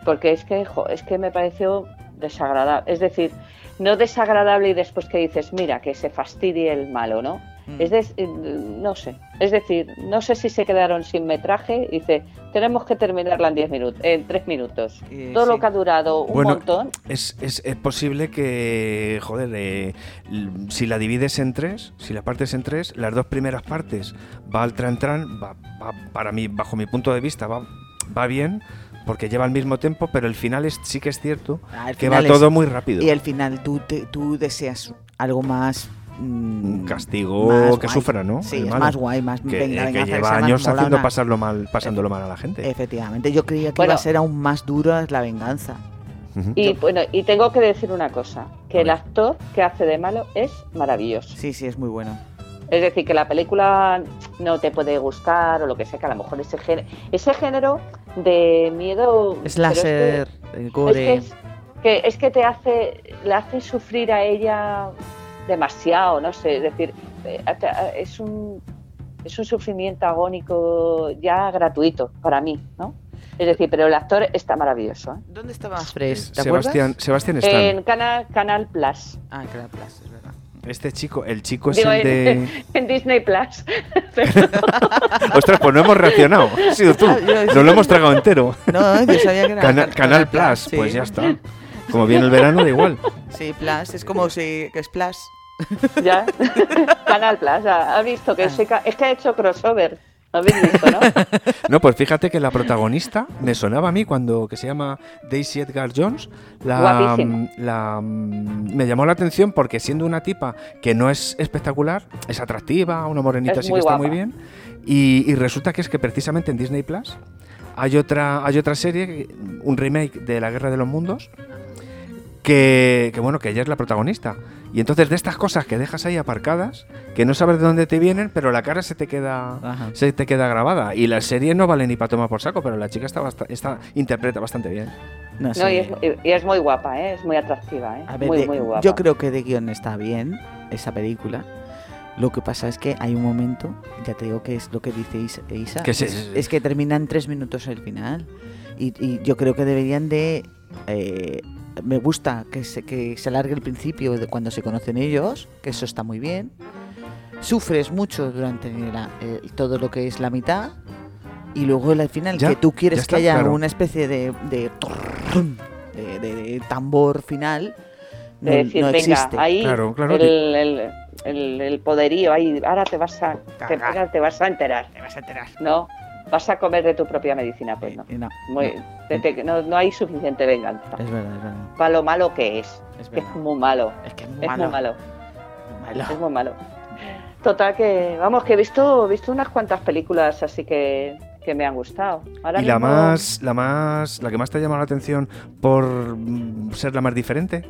Speaker 4: Porque es que, jo, es que me pareció desagradable. Es decir, no desagradable y después que dices, mira, que se fastidie el malo, ¿no?
Speaker 1: Mm.
Speaker 4: Es des- eh, no sé. Es decir, no sé si se quedaron sin metraje. Dice, tenemos que terminarla en 10 minutos, en 3 minutos.
Speaker 1: Eh,
Speaker 4: Todo
Speaker 1: sí.
Speaker 4: lo que ha durado un
Speaker 2: Bueno,
Speaker 4: montón.
Speaker 2: Es, es- es posible que, joder, eh, l- si la divides en tres, si la partes en tres, las dos primeras partes va al tran tran, va, va- para mí, bajo mi punto de vista, va, va bien, porque lleva el mismo tiempo, pero el final es, sí que es cierto
Speaker 1: Ah, el
Speaker 2: que va
Speaker 1: final es-
Speaker 2: todo muy rápido.
Speaker 1: Y al final tú, te- tú deseas algo más. mm,
Speaker 2: Un castigo
Speaker 1: más
Speaker 2: que
Speaker 1: guay.
Speaker 2: sufra, ¿no?
Speaker 1: Sí,
Speaker 2: El
Speaker 1: es
Speaker 2: malo.
Speaker 1: más guay, más
Speaker 2: que,
Speaker 1: venga,
Speaker 2: eh, que
Speaker 1: venganza, que
Speaker 2: lleva
Speaker 1: sea más
Speaker 2: años haciendo
Speaker 1: molona. Eh,
Speaker 2: pasarlo mal, pasándolo mal a la gente.
Speaker 1: Efectivamente, yo creía que
Speaker 4: Bueno.
Speaker 1: iba a ser aún más dura la venganza.
Speaker 2: Ujú.
Speaker 4: Y bueno, y tengo que decir una cosa,
Speaker 2: A
Speaker 4: que el
Speaker 2: ver.
Speaker 4: actor que hace de malo es maravilloso.
Speaker 1: Sí, sí, es muy bueno.
Speaker 4: Es decir, que la película no te puede gustar o lo que sea, que a lo mejor ese género, ese género de miedo pero es
Speaker 1: Slasher, el
Speaker 4: que- es
Speaker 1: gore.
Speaker 4: que, es, que es que te hace la hace sufrir a ella demasiado, no sé, es decir, eh, te- es un es un sufrimiento agónico ya gratuito para mí, ¿no? Es decir, pero el actor está maravilloso. ¿eh?
Speaker 1: ¿Dónde estaba Fresh? ¿Te
Speaker 2: Sebastián, Sebastián Stan.
Speaker 4: En Canal, Canal Plus.
Speaker 1: acuerdas? Ah, claro, Plus, es verdad.
Speaker 2: Este chico, el
Speaker 1: Pues
Speaker 2: chico es
Speaker 4: Digo,
Speaker 2: el
Speaker 1: eh,
Speaker 4: en,
Speaker 2: de.
Speaker 4: en Disney Plus.
Speaker 2: Ostras, pues no hemos reaccionado. Ha sido tú.
Speaker 1: Ah, yo-
Speaker 2: Nos lo hemos tragado entero.
Speaker 1: No, yo sabía que era.
Speaker 2: Cana- Canal Plus,
Speaker 1: sí.
Speaker 2: pues ya está. Como viene el verano, da igual.
Speaker 1: Sí, Plus, es como si. que es Plus.
Speaker 4: ya. Canal Plus. Ha, ha visto
Speaker 1: Ah.
Speaker 4: que soy ca- es que ha hecho crossover. ¿Lo habéis visto, no?
Speaker 2: No, pues fíjate que la protagonista me sonaba a mí cuando, que se llama Daisy Edgar Jones, la,
Speaker 4: Guapísima.
Speaker 2: la- me llamó la atención porque siendo una tipa que no es espectacular, es atractiva, una morenita
Speaker 4: Es
Speaker 2: sí que
Speaker 4: muy
Speaker 2: está
Speaker 4: guapa.
Speaker 2: muy bien, y, y resulta que es que precisamente en Disney Plus hay otra, hay otra serie, un remake de La Guerra de los Mundos, que, que bueno, que ella es la protagonista. Y entonces de estas cosas que dejas ahí aparcadas, que no sabes de dónde te vienen, pero la cara se te queda,
Speaker 1: Ajá.
Speaker 2: se te queda grabada. Y la serie no vale ni para tomar por saco, pero la chica está, basta- está interpreta bastante bien.
Speaker 1: No sé.
Speaker 4: No, y, es, y- y es muy guapa, ¿eh? es muy atractiva. ¿eh?
Speaker 1: A ver,
Speaker 4: muy,
Speaker 1: de-
Speaker 4: muy guapa.
Speaker 1: yo creo que de guión está bien esa película. Lo que pasa es que hay un momento, ya te digo que es lo que dice Isa, Isa,
Speaker 2: Que se-
Speaker 1: es, es que terminan tres minutos el final. Y, y yo creo que deberían de... eh, me gusta que se, que se alargue el principio de cuando se conocen ellos, que eso está muy bien. Sufres mucho durante la- eh, todo lo que es la mitad. Y luego el final,
Speaker 2: Ya,
Speaker 1: que tú quieres
Speaker 2: ya está,
Speaker 1: que haya
Speaker 2: claro.
Speaker 1: una especie de, de, de- de- de tambor final, no,
Speaker 4: De decir,
Speaker 1: no
Speaker 4: venga,
Speaker 1: existe.
Speaker 4: ahí
Speaker 2: Claro, claro.
Speaker 4: el, el- el- el poderío, ahí, ahora te vas a te, ahora te vas a enterar,
Speaker 1: Te vas a enterar.
Speaker 4: ¿no? Vas a comer de tu propia medicina, pues no.
Speaker 1: Eh, no,
Speaker 4: Muy-
Speaker 1: no,
Speaker 4: te- te- no, no hay suficiente venganza.
Speaker 1: Es verdad, es verdad.
Speaker 4: Para lo malo que es,
Speaker 1: Es
Speaker 4: que es
Speaker 1: verdad.
Speaker 4: muy malo,
Speaker 1: Es que es
Speaker 4: es muy malo.
Speaker 1: malo.
Speaker 4: Es muy malo. Total que, vamos, que he visto, he visto unas cuantas películas así que, que me han gustado. Ahora
Speaker 2: Y la
Speaker 4: mismo-
Speaker 2: más, la más, la que más te ha llamado la atención por mm, ser la más diferente.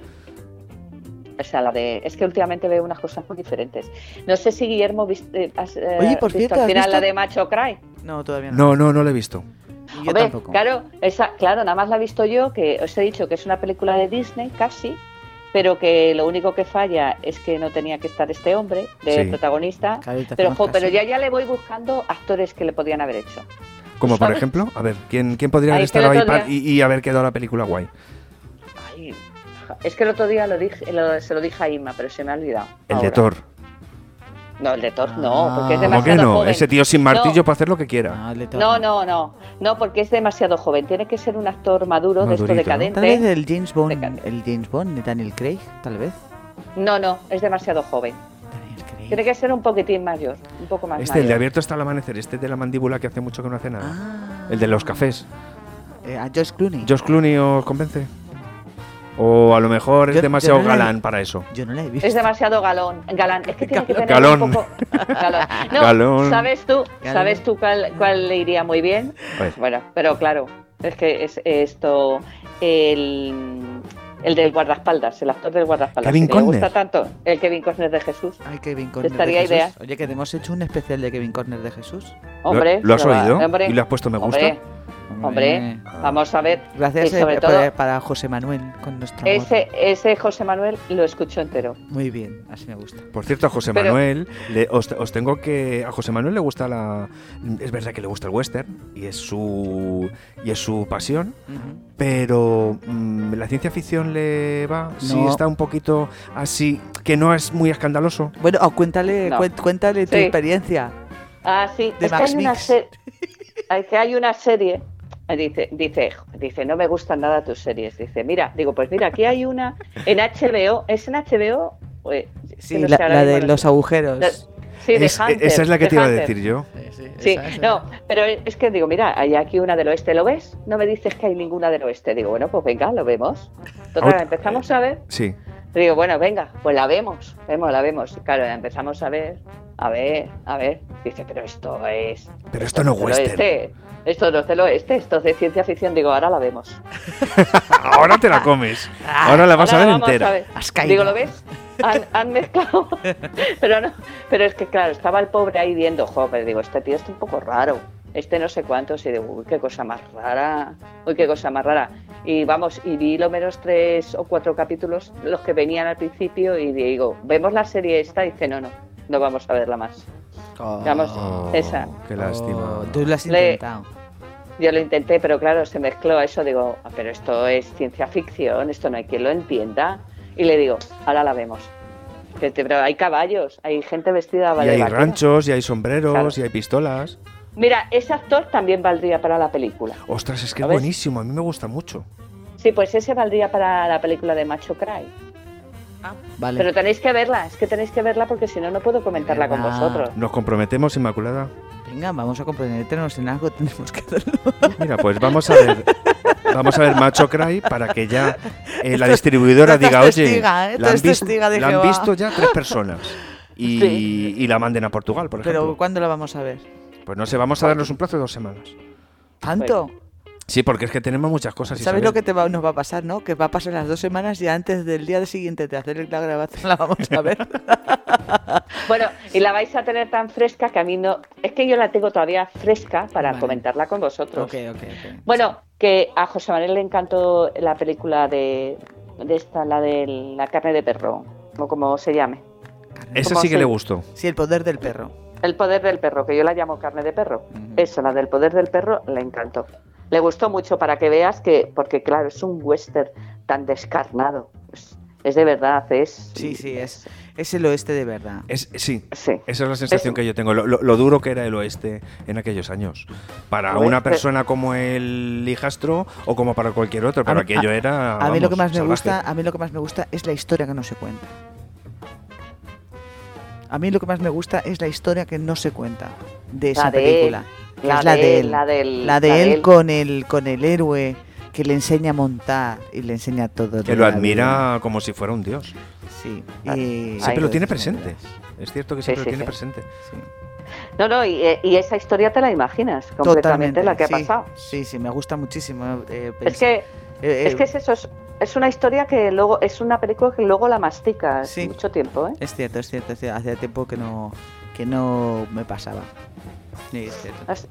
Speaker 4: O sea, la de... Es que últimamente veo unas cosas muy diferentes. No sé si Guillermo viste, has, eh,
Speaker 1: Oye, por
Speaker 4: visto
Speaker 1: cierto,
Speaker 4: al
Speaker 1: ¿has
Speaker 4: final la
Speaker 1: visto?
Speaker 4: de Macho Cry.
Speaker 1: No, todavía no.
Speaker 2: No, no, no la he visto.
Speaker 1: Y yo
Speaker 4: Hombre,
Speaker 1: tampoco.
Speaker 4: Claro, esa, claro, nada más la he visto yo, que os he dicho que es una película de Disney, casi, pero que lo único que falla es que no tenía que estar este hombre de
Speaker 2: Sí.
Speaker 4: protagonista.
Speaker 1: Claro, y te
Speaker 4: Pero,
Speaker 1: hacemos
Speaker 4: jo, pero
Speaker 1: caso.
Speaker 4: ya, ya le voy buscando actores que le podían haber hecho.
Speaker 2: Como por
Speaker 4: ¿Sabes?
Speaker 2: ejemplo, a ver, ¿quién, quién podría haber
Speaker 4: Pues Ahí es que el
Speaker 2: estado ahí
Speaker 4: otro
Speaker 2: pa- y,
Speaker 4: día-
Speaker 2: y haber quedado la película guay?
Speaker 4: Ay, es que el otro día lo dije, lo- se lo dije a Inma, pero se me ha olvidado.
Speaker 2: El
Speaker 4: ahora.
Speaker 2: de Thor.
Speaker 4: No, el de Thor no, porque es
Speaker 1: Ah.
Speaker 2: ¿Cómo
Speaker 4: demasiado
Speaker 2: que no?
Speaker 4: joven. Ah,
Speaker 2: Ese tío sin
Speaker 4: No.
Speaker 2: martillo para hacer lo que quiera.
Speaker 1: No, le toca.
Speaker 4: No, no, no, no, porque es demasiado joven. Tiene que ser un actor maduro, de
Speaker 2: Madurito, ¿no?
Speaker 4: esto
Speaker 1: Tal vez
Speaker 4: decadente.
Speaker 1: el James Bond, el James Bond de Daniel Craig, tal vez.
Speaker 4: No, no, es demasiado joven.
Speaker 1: Daniel Craig.
Speaker 4: Tiene que ser un poquitín mayor, un poco más
Speaker 2: Este, el de
Speaker 4: mayor.
Speaker 2: abierto hasta el amanecer, este de la mandíbula que hace mucho que no hace nada.
Speaker 1: Ah.
Speaker 2: El de los cafés.
Speaker 1: Eh, a Josh Clooney.
Speaker 2: ¿Josh Clooney os convence? O a lo mejor
Speaker 1: Yo-
Speaker 2: es
Speaker 1: yo
Speaker 2: demasiado
Speaker 1: no la-
Speaker 2: galán para eso.
Speaker 1: Yo no la he visto.
Speaker 4: Es demasiado galón, galán. Es que tiene que tener
Speaker 2: Galón.
Speaker 4: un poco galón. No,
Speaker 2: Galón.
Speaker 4: ¿Sabes tú,
Speaker 1: Galón.
Speaker 4: ¿sabes tú cuál, cuál le iría muy bien?
Speaker 2: A ver.
Speaker 4: Bueno, pero claro, es que es esto el, el del guardaespaldas, el actor del guardaespaldas.
Speaker 2: Kevin
Speaker 4: que me
Speaker 2: Costner.
Speaker 4: gusta tanto el Kevin Costner de Jesús.
Speaker 1: Ay, Kevin Corner
Speaker 4: Estaría
Speaker 1: de Jesús.
Speaker 4: ideal.
Speaker 1: Oye, que te hemos hecho un especial de Kevin Corner de Jesús.
Speaker 4: Hombre,
Speaker 2: ¿Lo, lo has
Speaker 4: se va-
Speaker 2: oído?
Speaker 4: hombre,
Speaker 2: ¿Y le has puesto me gusta?
Speaker 4: Hombre, hombre,
Speaker 1: Eh,
Speaker 4: vamos a ver.
Speaker 1: Gracias
Speaker 4: Y sobre
Speaker 1: eh,
Speaker 4: todo,
Speaker 1: para, para José Manuel con nuestro amor.
Speaker 4: ese, ese José Manuel lo escuchó entero.
Speaker 1: Muy bien, así me gusta.
Speaker 2: Por cierto, a José
Speaker 4: Pero-
Speaker 2: Manuel, le- os, os tengo que. A José Manuel le gusta la. Es verdad que le gusta el western y es su. y es su pasión.
Speaker 1: Ujú.
Speaker 2: Pero mm, la ciencia ficción le va, si
Speaker 1: No.
Speaker 2: está un poquito así, que no es muy escandaloso.
Speaker 1: Bueno, oh, cuéntale,
Speaker 4: No.
Speaker 1: cuen- cuéntale tu
Speaker 4: Sí.
Speaker 1: experiencia.
Speaker 4: Ah, sí,
Speaker 1: De
Speaker 4: es
Speaker 1: Max
Speaker 4: que hay una
Speaker 1: Mix.
Speaker 4: serie. que hay una serie. Dice, dice, dice, no me gustan nada tus series. Dice, mira, digo, pues mira, aquí hay una en HBO. ¿Es en HBO? O, eh, es que
Speaker 1: Sí,
Speaker 4: no
Speaker 1: la,
Speaker 4: sé ahora
Speaker 1: la de
Speaker 4: mismo, no
Speaker 1: los
Speaker 4: sé.
Speaker 1: agujeros.
Speaker 4: La- Sí, de
Speaker 2: Es- e-
Speaker 4: Hunter,
Speaker 2: esa es la que
Speaker 4: de
Speaker 2: te iba a
Speaker 4: Hunter.
Speaker 2: decir yo.
Speaker 4: Sí, no, pero es que digo, mira, hay aquí una del oeste, ¿lo ves? No me dices que hay ninguna del oeste. Digo, bueno, pues venga, lo vemos. Total,
Speaker 2: Ahora-
Speaker 4: empezamos a ver.
Speaker 2: Sí.
Speaker 4: Digo, bueno, venga, pues la vemos, vemos, la vemos. Claro, la empezamos a ver, a ver, a ver. Dice, pero esto es.
Speaker 2: Pero esto no es
Speaker 4: del
Speaker 2: western.
Speaker 4: oeste, Esto no es del oeste, esto es de ciencia ficción. Digo, ahora la vemos.
Speaker 2: Ahora te la comes.
Speaker 1: Ah.
Speaker 2: Ahora la vas
Speaker 4: Ah, Ahora
Speaker 2: a ver
Speaker 4: vamos
Speaker 2: entera.
Speaker 4: ver.
Speaker 1: Has caído.
Speaker 4: Digo, ¿lo ves? Han, han mezclado. pero, no, pero es que, claro, estaba el pobre ahí viendo, joder, digo, este tío está un poco raro. Este no sé cuántos, y digo, uy, qué cosa más rara, uy, qué cosa más rara. Y vamos, y vi lo menos tres o cuatro capítulos, los que venían al principio, y digo, ¿vemos la serie esta? Y dice, no, no, no vamos a verla más. Vamos,
Speaker 2: Oh,
Speaker 4: esa.
Speaker 2: Qué lástima.
Speaker 1: Oh, Tú lo has
Speaker 4: Le-
Speaker 1: intentado.
Speaker 4: Yo lo intenté, pero claro, se mezcló a eso. Digo, "Ah, pero esto es ciencia ficción, esto no hay quien lo entienda. Y le digo, ahora la vemos. Que te- Pero hay caballos, hay gente vestida
Speaker 2: Y
Speaker 4: de
Speaker 2: hay
Speaker 4: vaquero.
Speaker 2: ranchos, y hay sombreros,
Speaker 4: ¿eh? Claro.
Speaker 2: y hay pistolas.
Speaker 4: Mira, ese actor también valdría para la película.
Speaker 2: Ostras, es que
Speaker 4: ¿Lo
Speaker 2: es
Speaker 4: ves?
Speaker 2: buenísimo. A mí me gusta mucho.
Speaker 4: Sí, pues ese valdría para la película de Macho Cry.
Speaker 1: Vale.
Speaker 4: Pero tenéis que verla, es que tenéis que verla porque si no, no puedo comentarla con
Speaker 1: verdad.
Speaker 4: vosotros.
Speaker 2: Nos comprometemos, Inmaculada.
Speaker 1: Venga, vamos a comprometernos en algo, tenemos que hacerlo.
Speaker 2: Mira, pues vamos a ver. Vamos a ver Macho Cry para que ya eh, la distribuidora
Speaker 1: esto es
Speaker 2: diga, oye,
Speaker 1: testiga, ¿eh? Esto
Speaker 2: la, han
Speaker 1: es
Speaker 2: vis-
Speaker 1: testiga de
Speaker 2: la han
Speaker 1: Jehová".
Speaker 2: visto ya tres personas. Y,
Speaker 4: Sí.
Speaker 2: y la manden a Portugal, por
Speaker 1: Pero
Speaker 2: ejemplo.
Speaker 1: ¿cuándo la vamos a ver?
Speaker 2: pues no sé, vamos a darnos un plazo de dos semanas.
Speaker 1: ¿Tanto?
Speaker 2: Sí, porque es que tenemos muchas cosas.
Speaker 1: ¿Sabes
Speaker 2: Isabel.
Speaker 1: lo que te va- nos va a pasar, no? Que va a pasar las dos semanas y antes del día siguiente de hacer la grabación la vamos a ver.
Speaker 4: Bueno, y la vais a tener tan fresca que a mí no. Es que yo la tengo todavía fresca para
Speaker 1: Vale.
Speaker 4: comentarla con vosotros.
Speaker 1: ok, ok, ok.
Speaker 4: Bueno, que a José Manuel le encantó la película de, de esta, la de la carne de perro, o como se llame.
Speaker 2: Esa
Speaker 4: ¿Cómo
Speaker 2: sí que
Speaker 4: se-
Speaker 2: le gustó.
Speaker 1: Sí, el poder del perro.
Speaker 4: El poder del perro, que yo la llamo carne de perro.
Speaker 1: Mm.
Speaker 4: Eso, la del poder del perro, le encantó. Le gustó mucho para que veas que, porque claro, es un western tan descarnado. Es, es de verdad, es.
Speaker 1: Sí, sí, es, es el oeste de verdad.
Speaker 2: Es, sí,
Speaker 4: Sí.
Speaker 2: esa es la sensación
Speaker 4: Es-
Speaker 2: que yo tengo. Lo, lo- lo duro que era el oeste en aquellos años. Para
Speaker 1: Pues,
Speaker 4: Oeste.
Speaker 1: eh,
Speaker 2: una persona como el hijastro o como para cualquier otro, pero
Speaker 1: mí-
Speaker 2: aquello era.
Speaker 1: a mí lo que más
Speaker 2: Ah, vamos,
Speaker 1: me
Speaker 2: salvaje.
Speaker 1: gusta, a mí lo que más me gusta es la historia que no se cuenta. A mí lo que más me gusta es la historia que no se cuenta de esa
Speaker 4: de él,
Speaker 1: película. que
Speaker 4: la
Speaker 1: es la
Speaker 4: de
Speaker 1: de
Speaker 4: él,
Speaker 1: él.
Speaker 4: la del-
Speaker 1: la de
Speaker 4: la de
Speaker 1: él,
Speaker 4: él.
Speaker 1: con el con el héroe que le enseña a montar y le enseña todo.
Speaker 2: Que
Speaker 1: de
Speaker 2: lo
Speaker 1: la
Speaker 2: admira como si fuera un dios.
Speaker 1: vida. Sí.
Speaker 4: Ah,
Speaker 1: y-
Speaker 4: Ahí
Speaker 2: Siempre lo
Speaker 4: lo
Speaker 2: tiene presente. Es cierto que
Speaker 4: Sí,
Speaker 2: siempre lo tiene
Speaker 4: sí, sí.
Speaker 2: presente.
Speaker 1: Sí.
Speaker 4: No, no, y, eh, y esa historia te la imaginas completamente,
Speaker 1: Totalmente.
Speaker 4: la que
Speaker 1: sí,
Speaker 4: ha pasado.
Speaker 1: Sí, sí, me gusta muchísimo. eh,
Speaker 4: Es
Speaker 1: pens-
Speaker 4: que
Speaker 1: eh,
Speaker 4: Es que
Speaker 1: eh,
Speaker 4: es eso, es, es una historia que luego, es una película que luego la masticas
Speaker 1: Sí.
Speaker 4: mucho tiempo, ¿eh?
Speaker 1: es cierto, es cierto, es cierto. Hacía tiempo que no que no me pasaba. Sí, es cierto.
Speaker 4: Es-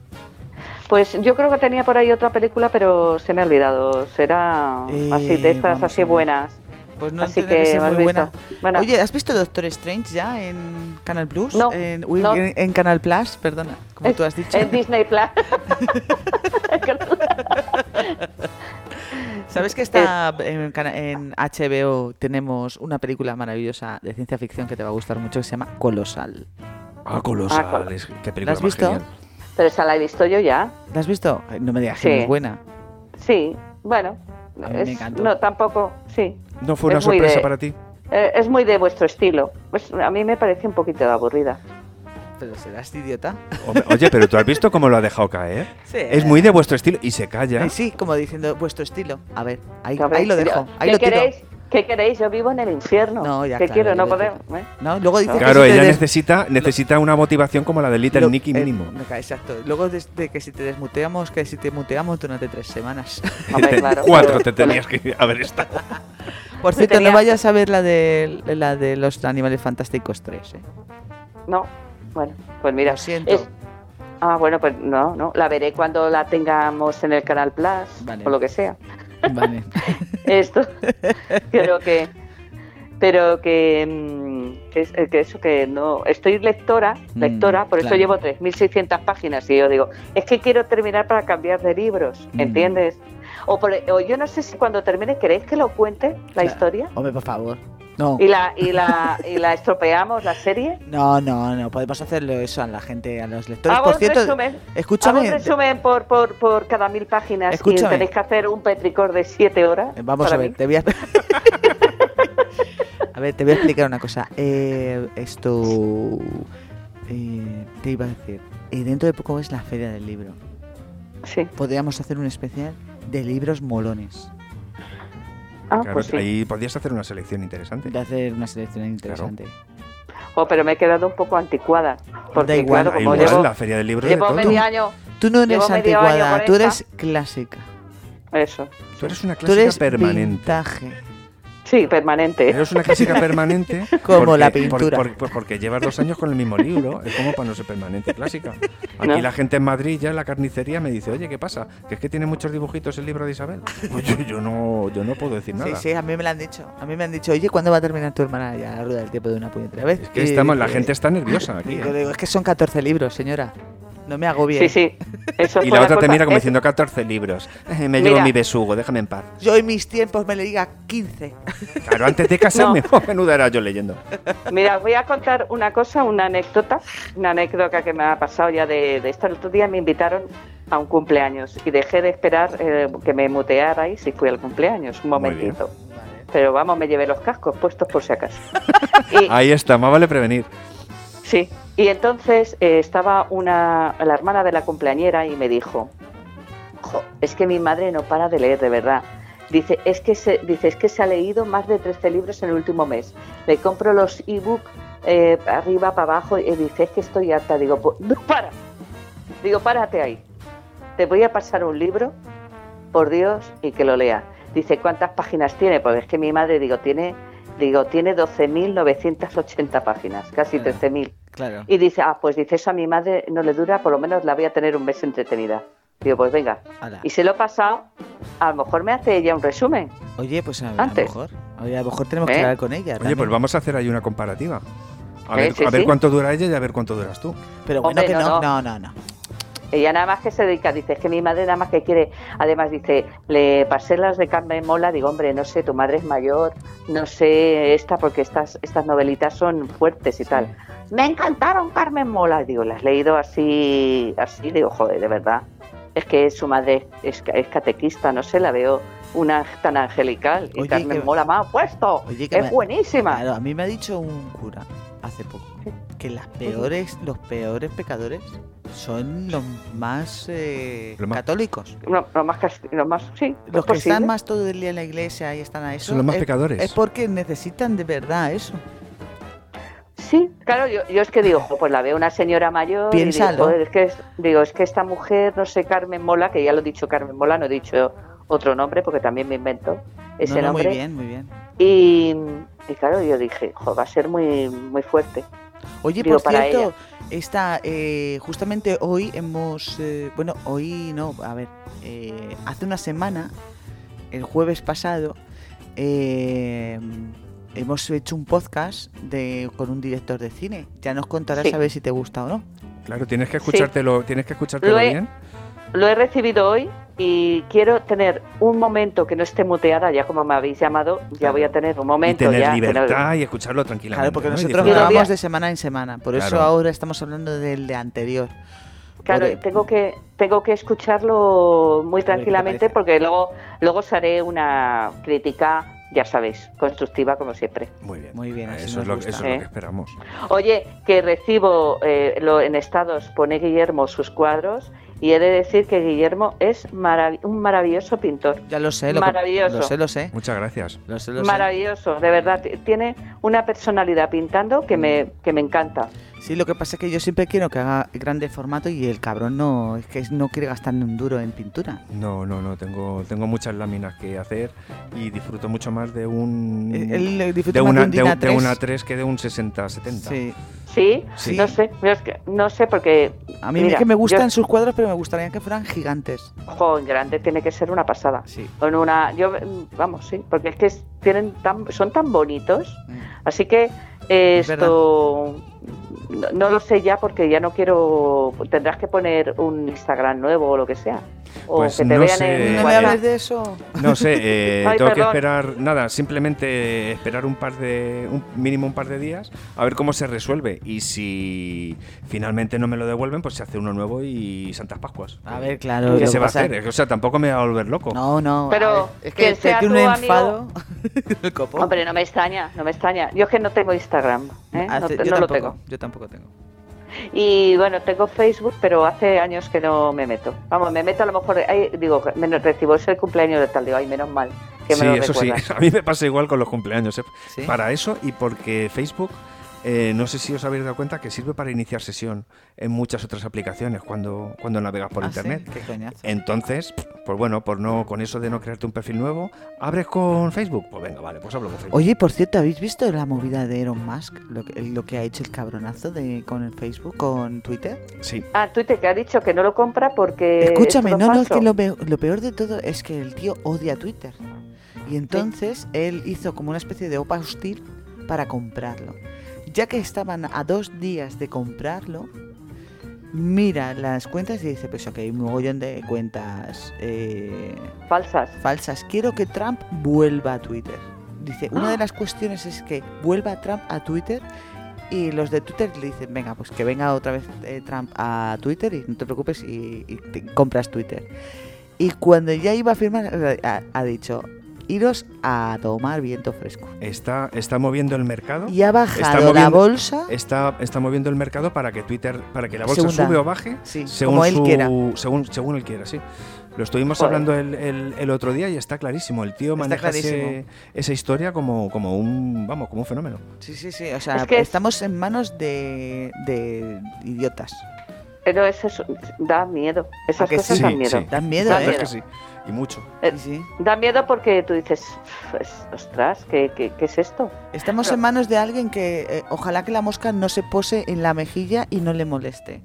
Speaker 4: Pues yo creo que tenía por ahí otra película, pero se me ha olvidado. Será
Speaker 5: Eh,
Speaker 4: así, de estas
Speaker 5: vamos a
Speaker 4: así
Speaker 5: ver.
Speaker 4: buenas.
Speaker 1: Pues no
Speaker 4: así
Speaker 1: tendrá que,
Speaker 4: que,
Speaker 1: ser
Speaker 4: ¿has
Speaker 1: muy
Speaker 4: visto?
Speaker 1: buena.
Speaker 4: Bueno,
Speaker 1: Oye, ¿has visto Doctor Strange ya en Canal Plus?
Speaker 4: No,
Speaker 1: En, uy,
Speaker 4: no.
Speaker 1: en- en Canal Plus, perdona, como
Speaker 4: es-
Speaker 1: tú has dicho.
Speaker 4: es Disney Plus.
Speaker 1: ¿Sabes que está en, cana- en HBO tenemos una película maravillosa de ciencia ficción que te va a gustar mucho que se llama Colosal?
Speaker 2: Ah, colosal.
Speaker 4: Ah, col-
Speaker 2: es- qué
Speaker 1: ¿La
Speaker 2: película
Speaker 1: has
Speaker 2: más
Speaker 1: visto?
Speaker 2: genial.
Speaker 4: pero esa la he visto yo ya.
Speaker 1: ¿La has visto? Ay, No me digas que no
Speaker 4: Sí.
Speaker 1: es buena.
Speaker 4: Sí, bueno.
Speaker 1: A mí me encantó.
Speaker 4: no, tampoco, sí.
Speaker 2: ¿No fue una
Speaker 4: Es muy
Speaker 2: sorpresa
Speaker 4: de-
Speaker 2: para ti?
Speaker 4: Eh, es muy de vuestro estilo. Pues a mí me parece un poquito aburrida.
Speaker 1: Pero serás idiota.
Speaker 2: Hombre, Oye, pero tú has visto cómo lo ha dejado caer.
Speaker 1: Sí.
Speaker 4: ¿eh?
Speaker 2: Es muy de vuestro estilo y se calla.
Speaker 1: Eh, Sí, como diciendo vuestro estilo. A ver, ahí,
Speaker 4: A ver,
Speaker 1: ahí lo
Speaker 4: yo-
Speaker 1: dejo. Ahí
Speaker 4: ¿Qué
Speaker 1: lo tiro.
Speaker 4: queréis? ¿Qué queréis? Yo vivo en el infierno.
Speaker 1: No, ya,
Speaker 4: ¿Qué
Speaker 1: claro,
Speaker 4: quiero?
Speaker 1: yo
Speaker 4: No
Speaker 1: lo
Speaker 4: podemos. ¿eh?
Speaker 1: No, luego dices
Speaker 2: Claro,
Speaker 1: que si te
Speaker 2: ella
Speaker 1: des-
Speaker 2: necesita, necesita una motivación como la de Little
Speaker 1: lo-
Speaker 2: Nicky
Speaker 1: eh,
Speaker 2: mínimo.
Speaker 1: no, exacto. Luego de, de que si te desmuteamos, que si te muteamos durante tres semanas.
Speaker 4: Hombre, claro,
Speaker 2: Cuatro
Speaker 4: pero-
Speaker 2: te tenías que haber estado.
Speaker 1: Por
Speaker 4: Sí,
Speaker 1: cierto,
Speaker 4: tenía-
Speaker 1: no vayas a ver la de la de los animales fantásticos 3, ¿eh?
Speaker 4: No. Bueno, pues mira.
Speaker 1: Lo siento.
Speaker 4: es- Ah, bueno, pues no, no. La veré cuando la tengamos en el canal Plus
Speaker 1: Vale.
Speaker 4: o lo que sea.
Speaker 1: Vale.
Speaker 4: Esto creo que. Pero que, mm, que, es- que eso que no. Estoy lectora,
Speaker 1: Mm,
Speaker 4: lectora, por eso
Speaker 1: claro.
Speaker 4: llevo 3.600 páginas y yo digo, es que quiero terminar para cambiar de libros,
Speaker 1: Mm.
Speaker 4: ¿entiendes? O, por- o yo no sé si cuando termine, ¿queréis que lo cuente la
Speaker 1: Claro.
Speaker 4: historia?
Speaker 1: Hombre, por favor. No.
Speaker 4: ¿Y la, y, la, ¿Y la estropeamos la serie?
Speaker 1: No, no, no. Podemos hacerlo eso a la gente, a los lectores.
Speaker 4: Hago
Speaker 1: Por
Speaker 4: un
Speaker 1: cierto,
Speaker 4: resumen. Hago un
Speaker 1: escúchame.
Speaker 4: resumen por, por, por cada mil páginas y
Speaker 1: Escúchame.
Speaker 4: tenéis que hacer un petricor de siete horas.
Speaker 1: Eh, Vamos
Speaker 4: para
Speaker 1: a ver,
Speaker 4: mí.
Speaker 1: te voy a... A ver, te voy a explicar una cosa. Eh, esto... eh, te iba a decir. eh, dentro de poco es la feria del libro.
Speaker 4: Sí.
Speaker 1: Podríamos hacer un especial de libros molones.
Speaker 4: Ah,
Speaker 2: Claro,
Speaker 4: pues sí.
Speaker 2: ahí podrías hacer una selección interesante.
Speaker 1: De hacer una selección interesante.
Speaker 4: Oh, pero me he quedado un poco anticuada. Porque,
Speaker 1: Da igual,
Speaker 4: claro,
Speaker 2: Ahí
Speaker 4: como
Speaker 2: igual
Speaker 4: llevo,
Speaker 2: la feria del libro de
Speaker 4: llevo
Speaker 2: todo.
Speaker 4: medio año.
Speaker 1: Tú no eres
Speaker 4: Llevo medio año
Speaker 1: anticuada,
Speaker 4: con
Speaker 1: tú
Speaker 4: esta.
Speaker 1: eres clásica.
Speaker 4: Eso.
Speaker 2: Tú eres una
Speaker 1: Tú
Speaker 2: clásica
Speaker 1: eres
Speaker 2: permanente.
Speaker 1: vintage.
Speaker 4: Sí, permanente.
Speaker 2: Eres una clásica permanente.
Speaker 1: Como la
Speaker 2: por-
Speaker 1: pintura.
Speaker 2: por- por- porque llevas dos años con el mismo libro. Es como para no ser permanente clásica. Aquí
Speaker 4: No.
Speaker 2: la gente en Madrid, ya en la carnicería, me dice, oye, ¿qué pasa? Que es que tiene muchos dibujitos el libro de Isabel. Pues yo, yo no, yo no puedo decir
Speaker 1: Sí,
Speaker 2: nada.
Speaker 1: sí, a mí me lo han dicho. A mí me han dicho, oye, ¿cuándo va a terminar tu hermana ya la rueda del tiempo de una puñetera vez?
Speaker 2: Es que
Speaker 1: Y
Speaker 2: estamos, la
Speaker 1: dije-
Speaker 2: gente está nerviosa
Speaker 1: y
Speaker 2: aquí. ¿eh?
Speaker 1: yo digo, es que son 14 libros, señora. No me hago bien.
Speaker 4: Sí, sí. Eso
Speaker 2: Y
Speaker 4: fue
Speaker 2: la otra te
Speaker 4: cosa-
Speaker 2: mira como
Speaker 4: es-
Speaker 2: diciendo 14 libros. Me llevo
Speaker 4: Mira.
Speaker 2: mi besugo, déjame en paz.
Speaker 1: Yo en mis tiempos me le diga 15.
Speaker 2: Claro, antes de casarme, menuda era yo leyendo.
Speaker 4: Mira, os voy a contar una cosa, una anécdota, una anécdota que me ha pasado ya de, de esto. El otro día me invitaron a un cumpleaños y dejé de esperar eh, que me mutearais y fui al cumpleaños, un
Speaker 2: Muy
Speaker 4: momentito. Pero vamos, me llevé los cascos puestos por si acaso. Y-
Speaker 2: Ahí está, más vale prevenir.
Speaker 4: Sí, y entonces eh, estaba una, la hermana de la cumpleañera y me dijo, "Jo, es que mi madre no para de leer, de verdad. Dice es, que se, dice, es que se ha leído más de 13 libros en el último mes. Le compro los e-book eh, arriba para abajo y dice, es que estoy harta. Digo, "Po- no, para. Digo, párate ahí. Te voy a pasar un libro, por Dios, y que lo lea. Dice, ¿cuántas páginas tiene? Porque es que mi madre, digo, tiene, digo, tiene 12.980 páginas, casi
Speaker 1: Claro.
Speaker 4: 13.000.
Speaker 1: Claro.
Speaker 4: Y dice, ah, pues dice, eso a mi madre no le dura, por lo menos la voy a tener un mes entretenida. Digo, pues venga.
Speaker 1: Ala.
Speaker 4: Y se lo he pasado, a lo mejor me hace ella un resumen.
Speaker 1: Oye, pues a, a lo
Speaker 4: Antes.
Speaker 1: mejor. Oye, a lo mejor tenemos que
Speaker 4: ¿Eh?
Speaker 1: hablar con ella.
Speaker 2: Oye,
Speaker 1: también.
Speaker 2: pues vamos a hacer ahí una comparativa. A
Speaker 4: Eh,
Speaker 2: ver,
Speaker 4: sí,
Speaker 2: a ver
Speaker 4: sí.
Speaker 2: cuánto dura ella y a ver cuánto duras tú.
Speaker 1: Pero bueno,
Speaker 4: Hombre,
Speaker 1: que no,
Speaker 4: no,
Speaker 1: no, no, no.
Speaker 4: Ella nada más que se dedica, dice, es que mi madre nada más que quiere, además dice, le pasé las de carne mola, digo, hombre, no sé, tu madre es mayor, no sé esta, porque estas, estas novelitas son fuertes y tal. Me encantaron Carmen Mola, digo, las he leído así, así, digo, joder, de verdad. Es que su madre es, es catequista, no sé, la veo una tan angelical. Y
Speaker 1: Oye,
Speaker 4: Carmen
Speaker 1: que-
Speaker 4: Mola me ha puesto.
Speaker 1: Oye, que
Speaker 4: es
Speaker 1: me-
Speaker 4: buenísima.
Speaker 1: Claro, a mí me ha dicho un cura hace poco que las peores, los peores pecadores son los más, eh,
Speaker 2: Los más-
Speaker 1: católicos.
Speaker 4: No, no más, cast- no más, sí, es
Speaker 1: Los que están
Speaker 4: posible.
Speaker 1: más todo el día en la iglesia y están a eso.
Speaker 2: Son los más
Speaker 1: es,
Speaker 2: pecadores.
Speaker 1: es porque necesitan de verdad eso.
Speaker 4: Sí, claro, yo, yo es que digo, jo, pues la veo una señora mayor y
Speaker 1: Piénsalo.
Speaker 4: digo, joder, es que es- digo, es que esta mujer, no sé, Carmen Mola, que ya lo he dicho Carmen Mola, no he dicho otro nombre porque también me invento ese
Speaker 1: No, no,
Speaker 4: nombre.
Speaker 1: Muy bien, muy bien.
Speaker 4: Y, y claro, yo dije, jo, va a ser muy, muy fuerte.
Speaker 1: Oye,
Speaker 4: Digo,
Speaker 1: por
Speaker 4: para
Speaker 1: cierto, esta, eh, justamente hoy hemos. eh, bueno, hoy no, a ver. eh, hace una semana, el jueves pasado, eh, hemos hecho un podcast de, con un director de cine. Ya nos contarás
Speaker 4: Sí.
Speaker 1: a ver si te gusta o no.
Speaker 2: Claro, tienes que escuchártelo, tienes que escuchártelo
Speaker 4: Lo he-
Speaker 2: bien.
Speaker 4: Lo he recibido hoy y quiero tener un momento que no esté muteada, ya como me habéis llamado, ya voy a tener un
Speaker 2: Y
Speaker 4: momento.
Speaker 2: tener
Speaker 4: ya, que no-
Speaker 2: libertad y escucharlo tranquilamente.
Speaker 1: Claro, porque
Speaker 2: ¿no? Y
Speaker 1: nosotros
Speaker 2: disfrutar.
Speaker 1: grabamos de semana en semana. Por eso
Speaker 2: Claro.
Speaker 1: ahora estamos hablando del de anterior.
Speaker 4: Claro,
Speaker 1: Porque-
Speaker 4: tengo que tengo que escucharlo muy
Speaker 1: te
Speaker 4: tranquilamente
Speaker 1: parece.
Speaker 4: porque luego luego os haré una crítica, ya sabéis, constructiva como siempre.
Speaker 2: Muy bien.
Speaker 1: Muy bien,
Speaker 2: Ah,
Speaker 1: así
Speaker 2: Eso,
Speaker 1: nos
Speaker 2: es lo,
Speaker 1: gusta.
Speaker 2: eso es lo que
Speaker 4: Eh.
Speaker 2: esperamos.
Speaker 4: Oye, que recibo eh, lo, en estados pone Guillermo sus cuadros y he de decir que Guillermo es marav- un maravilloso pintor.
Speaker 1: Ya lo sé, lo, que-
Speaker 4: Maravilloso.
Speaker 1: lo sé, lo sé.
Speaker 2: Muchas gracias.
Speaker 1: Lo sé, lo sé.
Speaker 4: maravilloso, de verdad, t- tiene una personalidad pintando
Speaker 1: Mm.
Speaker 4: que me que me encanta.
Speaker 1: Sí, lo que pasa es que yo siempre quiero que haga grande formato y el cabrón no es que no quiere gastar ni un duro en pintura.
Speaker 2: No, no, no, tengo, tengo muchas láminas que hacer y disfruto mucho más de un.
Speaker 1: Eh, Él disfruta
Speaker 2: de
Speaker 1: más
Speaker 2: una,
Speaker 1: de un
Speaker 2: de,
Speaker 1: Dina
Speaker 2: un- de
Speaker 1: 3.
Speaker 2: una 3 que de un 60-70.
Speaker 1: Sí.
Speaker 4: ¿Sí?
Speaker 2: Sí.
Speaker 4: No sé, yo es que- no sé porque
Speaker 1: A mí
Speaker 4: mira,
Speaker 1: es que me
Speaker 4: yo-
Speaker 1: gustan sus cuadros, pero me gustaría que fueran gigantes.
Speaker 4: jo, en grande tiene que ser una pasada.
Speaker 1: Sí.
Speaker 4: con una yo mm, vamos sí porque es que es- tienen tan, son tan bonitos
Speaker 1: Mm.
Speaker 4: así que eh,
Speaker 1: Es verdad.
Speaker 4: esto no, no lo sé ya porque ya no quiero tendrás que poner un Instagram nuevo o lo que sea o
Speaker 2: Pues
Speaker 4: que te
Speaker 2: no
Speaker 4: vean
Speaker 2: sé.
Speaker 4: en
Speaker 2: No
Speaker 1: No
Speaker 2: me
Speaker 1: me
Speaker 2: Vale.
Speaker 4: WhatsApp.
Speaker 2: hables
Speaker 1: hables de eso.
Speaker 2: No sé, eh,
Speaker 4: Ay,
Speaker 2: tengo que
Speaker 4: perdón.
Speaker 2: esperar, nada, simplemente esperar un par de, un mínimo un par de días, a ver cómo se resuelve. Y si finalmente no me lo devuelven, pues se hace uno nuevo y Santas Pascuas.
Speaker 1: A ver, claro. Ah,
Speaker 2: ¿Qué
Speaker 1: lo
Speaker 2: se
Speaker 1: que
Speaker 2: va a
Speaker 1: pasa-
Speaker 2: hacer? O sea, tampoco me va a volver loco.
Speaker 1: No, no. a
Speaker 4: Pero
Speaker 1: ver, es
Speaker 4: que
Speaker 1: que te
Speaker 4: sea
Speaker 1: tiene un
Speaker 4: tu amigo-
Speaker 1: enfado. el copón.
Speaker 4: hombre no me extraña no me extraña yo es que no tengo Instagram ¿eh?
Speaker 2: Ah,
Speaker 4: no,
Speaker 1: Hace-
Speaker 4: te-
Speaker 1: Ah, yo
Speaker 4: no lo
Speaker 1: tampoco,
Speaker 4: tengo
Speaker 1: Yo tampoco tengo.
Speaker 4: y bueno tengo Facebook pero hace años que no me meto vamos me meto a lo mejor ay, digo menos recibo es el cumpleaños de tal digo ay menos mal que me
Speaker 2: sí,
Speaker 4: lo
Speaker 2: eso sí.
Speaker 4: recuerdas.
Speaker 2: A mí me pasa igual con los cumpleaños. ¿eh?
Speaker 1: ¿Sí?
Speaker 2: Para eso y porque Facebook, eh, no sé si os habéis dado cuenta, que sirve para iniciar sesión en muchas otras aplicaciones cuando, cuando navegas por
Speaker 1: Ah, ¿sí?
Speaker 2: Internet.
Speaker 1: Qué coñazo.
Speaker 2: Entonces, pues bueno, por no con eso de no crearte un perfil nuevo, abres con Facebook. Pues venga, vale, pues hablo con Facebook.
Speaker 1: Oye, por cierto, ¿habéis visto la movida de Elon Musk? Lo que, lo que ha hecho el cabronazo de, con el Facebook, con Twitter.
Speaker 2: Sí.
Speaker 4: Ah, Twitter que ha dicho que no lo compra porque.
Speaker 1: Escúchame,
Speaker 4: es todo
Speaker 1: no, no, es
Speaker 4: falso.
Speaker 1: que lo, pe- lo peor de todo es que el tío odia Twitter. Y entonces él hizo como una especie de opa hostil para comprarlo. Ya que estaban a dos días de comprarlo, mira las cuentas y dice, pues ok, hay un mogollón de cuentas eh,
Speaker 4: Falsas.
Speaker 1: falsas. Quiero que Trump vuelva a Twitter. Dice, una de
Speaker 2: Ah.
Speaker 1: las cuestiones es que vuelva Trump a Twitter y los de Twitter le dicen, venga, pues que venga otra vez eh, Trump a Twitter y no te preocupes y, y te compras Twitter. Y cuando ya iba a firmar, eh, ha, ha dicho, iros a tomar viento fresco.
Speaker 2: Está, está moviendo el mercado.
Speaker 1: Y ha bajado la
Speaker 2: moviendo-
Speaker 1: bolsa.
Speaker 2: Está, está moviendo el mercado para que Twitter, para que la bolsa
Speaker 1: Segunda.
Speaker 2: sube o baje,
Speaker 1: Sí,
Speaker 2: según
Speaker 1: como él
Speaker 2: su-
Speaker 1: quiera.
Speaker 2: Según, según él quiera, sí. Lo estuvimos
Speaker 4: Joder.
Speaker 2: hablando el, el- el otro día y está clarísimo. El tío
Speaker 1: Está
Speaker 2: maneja ese-
Speaker 1: clarísimo.
Speaker 2: esa historia como, como un vamos, como un fenómeno.
Speaker 1: Sí, sí, sí. O sea,
Speaker 4: Es que es-
Speaker 1: estamos en manos de, de idiotas.
Speaker 4: Pero Eh, eso es- da miedo.
Speaker 1: ¿A
Speaker 4: Esas
Speaker 1: que
Speaker 4: cosas
Speaker 1: sí?
Speaker 4: dan miedo.
Speaker 2: Sí.
Speaker 1: Dan miedo,
Speaker 2: La
Speaker 4: Da
Speaker 1: ¿eh?
Speaker 2: verdad es
Speaker 4: miedo.
Speaker 2: que sí. Y mucho.
Speaker 4: Eh,
Speaker 1: Sí, sí.
Speaker 4: Da miedo porque tú dices, "Pues, ostras, ¿qué, qué, qué es esto?
Speaker 1: Estamos en manos de alguien que eh, ojalá que la mosca no se pose en la mejilla y no le moleste.